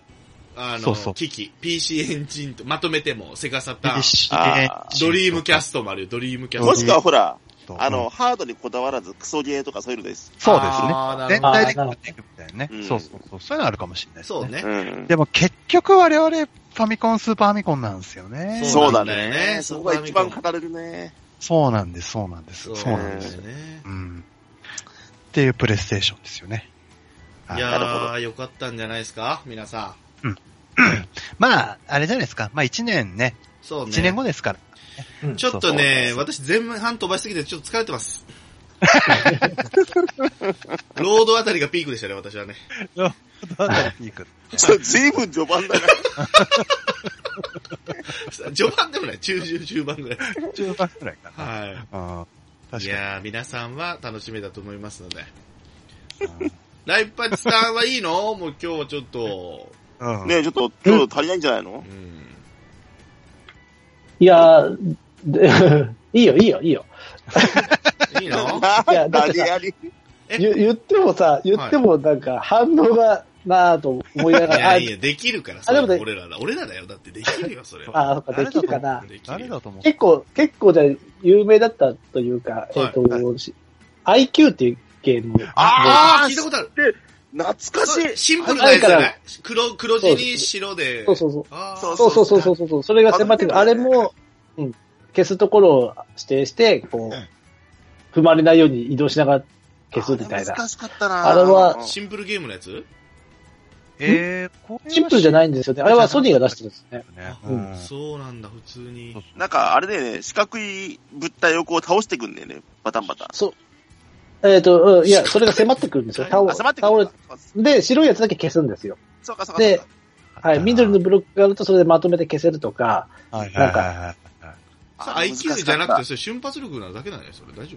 Speaker 2: あの、
Speaker 1: そうそう
Speaker 2: 機器、PC エンジンと、まとめても、セガサターン、
Speaker 3: あ
Speaker 1: ー
Speaker 2: ドリームキャストもあるよ、ドリームキャスト。
Speaker 3: もしくはほら、
Speaker 1: ト
Speaker 3: あの、、ハードにこだわらずクソゲーとかそういうのです。
Speaker 1: そうですね。
Speaker 2: あーなる
Speaker 1: 全
Speaker 2: ほど
Speaker 1: 体的にやっていくみたいなね
Speaker 3: う。ん
Speaker 1: そうそうそう。そういうのあるかもしれないですね。
Speaker 2: そうね
Speaker 3: う。ん。
Speaker 1: でも結局我々ファミコン、スーパーファミコンなんですよね。
Speaker 2: そ
Speaker 3: そう
Speaker 2: な
Speaker 3: うだ
Speaker 2: んだよね
Speaker 3: ね。そこが一番語れるね。
Speaker 1: そうなんです、そうなんです。そうなんです。
Speaker 2: すね。
Speaker 1: うん。っていうプレイステーションですよね。はいい
Speaker 2: や
Speaker 3: なるほ
Speaker 2: ー、よかったんじゃないですか皆さん。
Speaker 1: まあ、あれじゃないですか。まあ1年ね、
Speaker 2: そうね。
Speaker 1: 1年後です から。
Speaker 2: ちょっとね、私前半飛ばしすぎてちょっと疲れてます。ロードあたりがピークでしたね、私はね。
Speaker 1: いいか
Speaker 3: ちょ、ずいぶん序盤だな。
Speaker 2: 序盤でもない、中中中盤ぐらい。
Speaker 1: 10番くらいかな。
Speaker 2: は
Speaker 1: あー
Speaker 2: い。い
Speaker 1: 確か
Speaker 2: やー、皆さんは楽しめたと思いますので。
Speaker 1: に
Speaker 2: ライパチさんはいいの もう今日はちょっと。
Speaker 1: うん。
Speaker 3: ねちょっと、ちょっと足りないんじゃないの
Speaker 2: うん。
Speaker 4: いや ー、でいいよ、いいよ、いいよ。
Speaker 2: いい の
Speaker 4: いや
Speaker 3: 何
Speaker 4: だってさ
Speaker 3: やり。
Speaker 2: え
Speaker 4: 言言ってもさ、言ってもなんか反応がなぁと思いないがら、
Speaker 2: や
Speaker 4: あ
Speaker 2: いや、できるから、
Speaker 4: あでもね
Speaker 2: 俺らだ。俺らだよ。だってできるよ、それは。
Speaker 4: あ、そっか、できるかな。
Speaker 2: でき
Speaker 1: 誰
Speaker 2: るよ。
Speaker 1: だと思う
Speaker 4: 結構、結構じゃあ有名だったというか、えっ、と、し IQ っていうゲーム。
Speaker 2: あー、聞いたことある。
Speaker 3: 懐かしい。
Speaker 2: シンプルなやつじゃない黒、黒地
Speaker 4: そう
Speaker 2: に白で。
Speaker 4: そうそうそう。
Speaker 2: あー
Speaker 3: そう
Speaker 4: そうそうそうそうそうそう。それが迫ってくる。あ
Speaker 3: あ
Speaker 4: れ
Speaker 3: の手の
Speaker 4: も、うん、消すところを指定して、
Speaker 3: う
Speaker 4: こ
Speaker 3: ん
Speaker 4: う、踏まれないように移動しながら消すみたいな。
Speaker 3: 難しかったな
Speaker 4: あれは
Speaker 3: うん
Speaker 2: シンプルゲームのやつ
Speaker 1: えー、これ
Speaker 4: シンプルじゃないんですよね。あれはソニーが出してるんですね。
Speaker 1: ね。
Speaker 4: う
Speaker 1: うん
Speaker 4: ん。
Speaker 2: そうなんだ、普通に。
Speaker 3: なんか、あれだよね、四角い物体をこう倒してくんだよね、バタンバタン。
Speaker 4: そう。えっ、と、うん、いや、それが迫ってくるんですよ。倒
Speaker 3: あ、迫ってく
Speaker 4: 倒
Speaker 3: る
Speaker 4: れ
Speaker 3: のか。
Speaker 4: で、白いやつだけ消すんですよ。
Speaker 3: そうか、そうか。
Speaker 4: で
Speaker 3: そうか
Speaker 4: はい。緑のブロックがあると、それでまとめて消せるとか、
Speaker 1: はい
Speaker 4: なんか
Speaker 1: はいはいはい。
Speaker 2: さ
Speaker 3: あ
Speaker 2: あ IQ じゃなくて、
Speaker 3: 難しかっ
Speaker 2: それ瞬発力なだけなんだよ、それ。大丈夫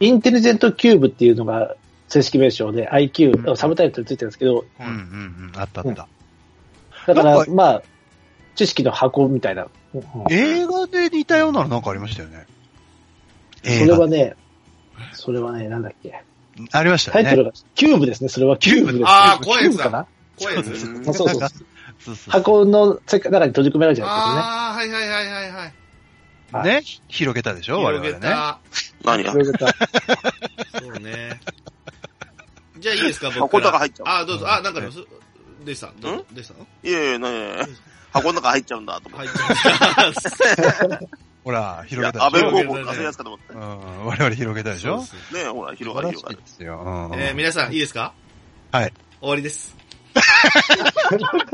Speaker 4: インテリジェントキューブっていうのが正式名称で、IQ、
Speaker 1: うん
Speaker 4: サブタイトルついてるんですけど、
Speaker 1: うんうんうん、あったあった。
Speaker 4: だか
Speaker 1: な
Speaker 4: ら
Speaker 1: ん、か
Speaker 4: まあ、知識の箱みたいな。うん
Speaker 1: 映画で似たようなのなんかありましたよね。
Speaker 4: そ
Speaker 1: 映
Speaker 4: れ
Speaker 1: 画
Speaker 4: は。ね、それはね、なんだっけ。
Speaker 1: ありました
Speaker 4: タ
Speaker 1: よ
Speaker 4: イ
Speaker 1: ね。
Speaker 4: トルが、キューブですね。それはキューブです。
Speaker 2: あー怖いやつだ
Speaker 4: キューブかな
Speaker 2: 怖いやつ。
Speaker 3: そうそう
Speaker 4: そうそうそう
Speaker 1: なんかそうそうそう
Speaker 4: 箱の世界中に閉じ込められちゃう
Speaker 2: あー、はいはいはいはいはい。
Speaker 4: 箱
Speaker 1: ね、広げたでしょ我々ね
Speaker 2: 広げ。た。
Speaker 3: た何
Speaker 4: んです
Speaker 3: が
Speaker 4: ね。それが
Speaker 2: そうね。じゃあいいですか、僕
Speaker 3: 箱
Speaker 2: か
Speaker 3: の中
Speaker 2: ら。
Speaker 3: 入っちゃう。
Speaker 2: あー、どうぞ。あー、なんかでもそ、でした。どうぞでした
Speaker 3: いやいや、何や箱の中入っちゃうんだと思
Speaker 2: 入
Speaker 3: っ
Speaker 2: っちゃっ
Speaker 1: ほら、
Speaker 3: て。い
Speaker 1: 広
Speaker 3: や
Speaker 1: げ、た
Speaker 3: 安
Speaker 1: で
Speaker 3: 倍
Speaker 1: し
Speaker 2: 広
Speaker 1: ょ
Speaker 2: げ
Speaker 3: 公
Speaker 2: た
Speaker 3: 房かそういうやつかと思って
Speaker 1: う。ん、我々広げた
Speaker 2: た
Speaker 1: でしょ
Speaker 2: そう
Speaker 3: ねほら、広がる広がる。
Speaker 1: ですよ。うん
Speaker 2: えー、皆さん、いいですか
Speaker 1: はい。
Speaker 2: 終わりです。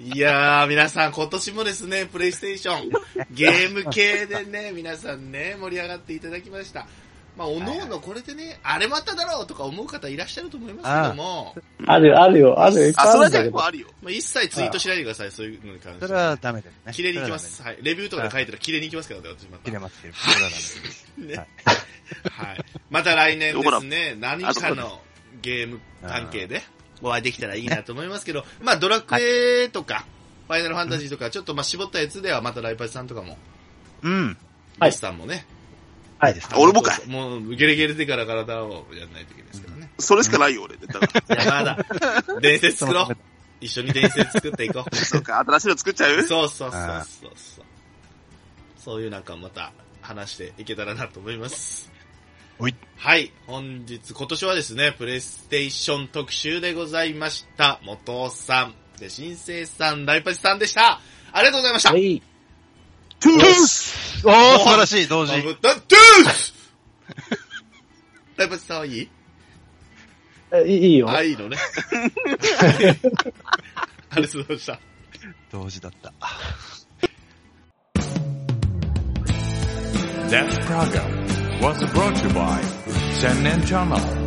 Speaker 2: いやー、皆さん、今年もですね、プレイステーション、ゲーム系でね、皆さんね、盛り上がっていただきました。まあ、おのおのこれでね、あれまただろうとか思う方いらっしゃると思いますけども、
Speaker 4: あるよ、あるよ、あるよ。いっぱい
Speaker 3: あ、それ
Speaker 4: ある
Speaker 3: は
Speaker 4: ん
Speaker 3: じゃ
Speaker 4: だ
Speaker 3: あ
Speaker 4: け
Speaker 3: 結
Speaker 4: ど
Speaker 3: 構。あるよ。
Speaker 2: まあ、一切ツイートしないでください、そういうのに関して
Speaker 1: それはダメですね。
Speaker 2: 切れに行きます。はい。レビューとかで書いてる切れに行きますからね、私ま
Speaker 1: それ
Speaker 2: た。
Speaker 1: はダメです。切れます、切れます。それはダメです。
Speaker 2: ね
Speaker 1: はい
Speaker 2: はい。また来年
Speaker 3: ど
Speaker 2: で
Speaker 3: こだ
Speaker 2: すね、何かのゲーム関係でお会いできたらいいなと思いますけど、まあドラクエとか、ファイナルファンタジーとか、ちょっとまあ絞ったやつではまたライパチさんとかも、
Speaker 1: うん。
Speaker 4: は
Speaker 2: ゲ
Speaker 4: い
Speaker 2: ストさんもね。
Speaker 4: はい
Speaker 1: いです
Speaker 3: あ俺もかい
Speaker 2: もうゲレゲレでから体をやらないといけないですけどね。
Speaker 3: それしかないよ、俺。だから
Speaker 2: いやまだ、伝説 作ろう。一緒に伝説作っていこう。
Speaker 3: そうか、新しいの作っちゃ う
Speaker 2: そうそうそうそうそう。そういうなんかまた話していけたらなと思います。
Speaker 1: おい
Speaker 2: はい。本日、今年はですね、プレイステーション特集でございました。元尾さん、で、新生さん、ライパチさんでした。ありがとうございました。
Speaker 4: はい。
Speaker 3: トゥー
Speaker 1: おー、素晴らしい、同時。
Speaker 2: トゥースライパチさんはいい
Speaker 4: えいいいいよ。
Speaker 2: あ、いいのね。ありがとうございました。
Speaker 1: 同時だった。
Speaker 5: That program was brought to you by Sennen Channel.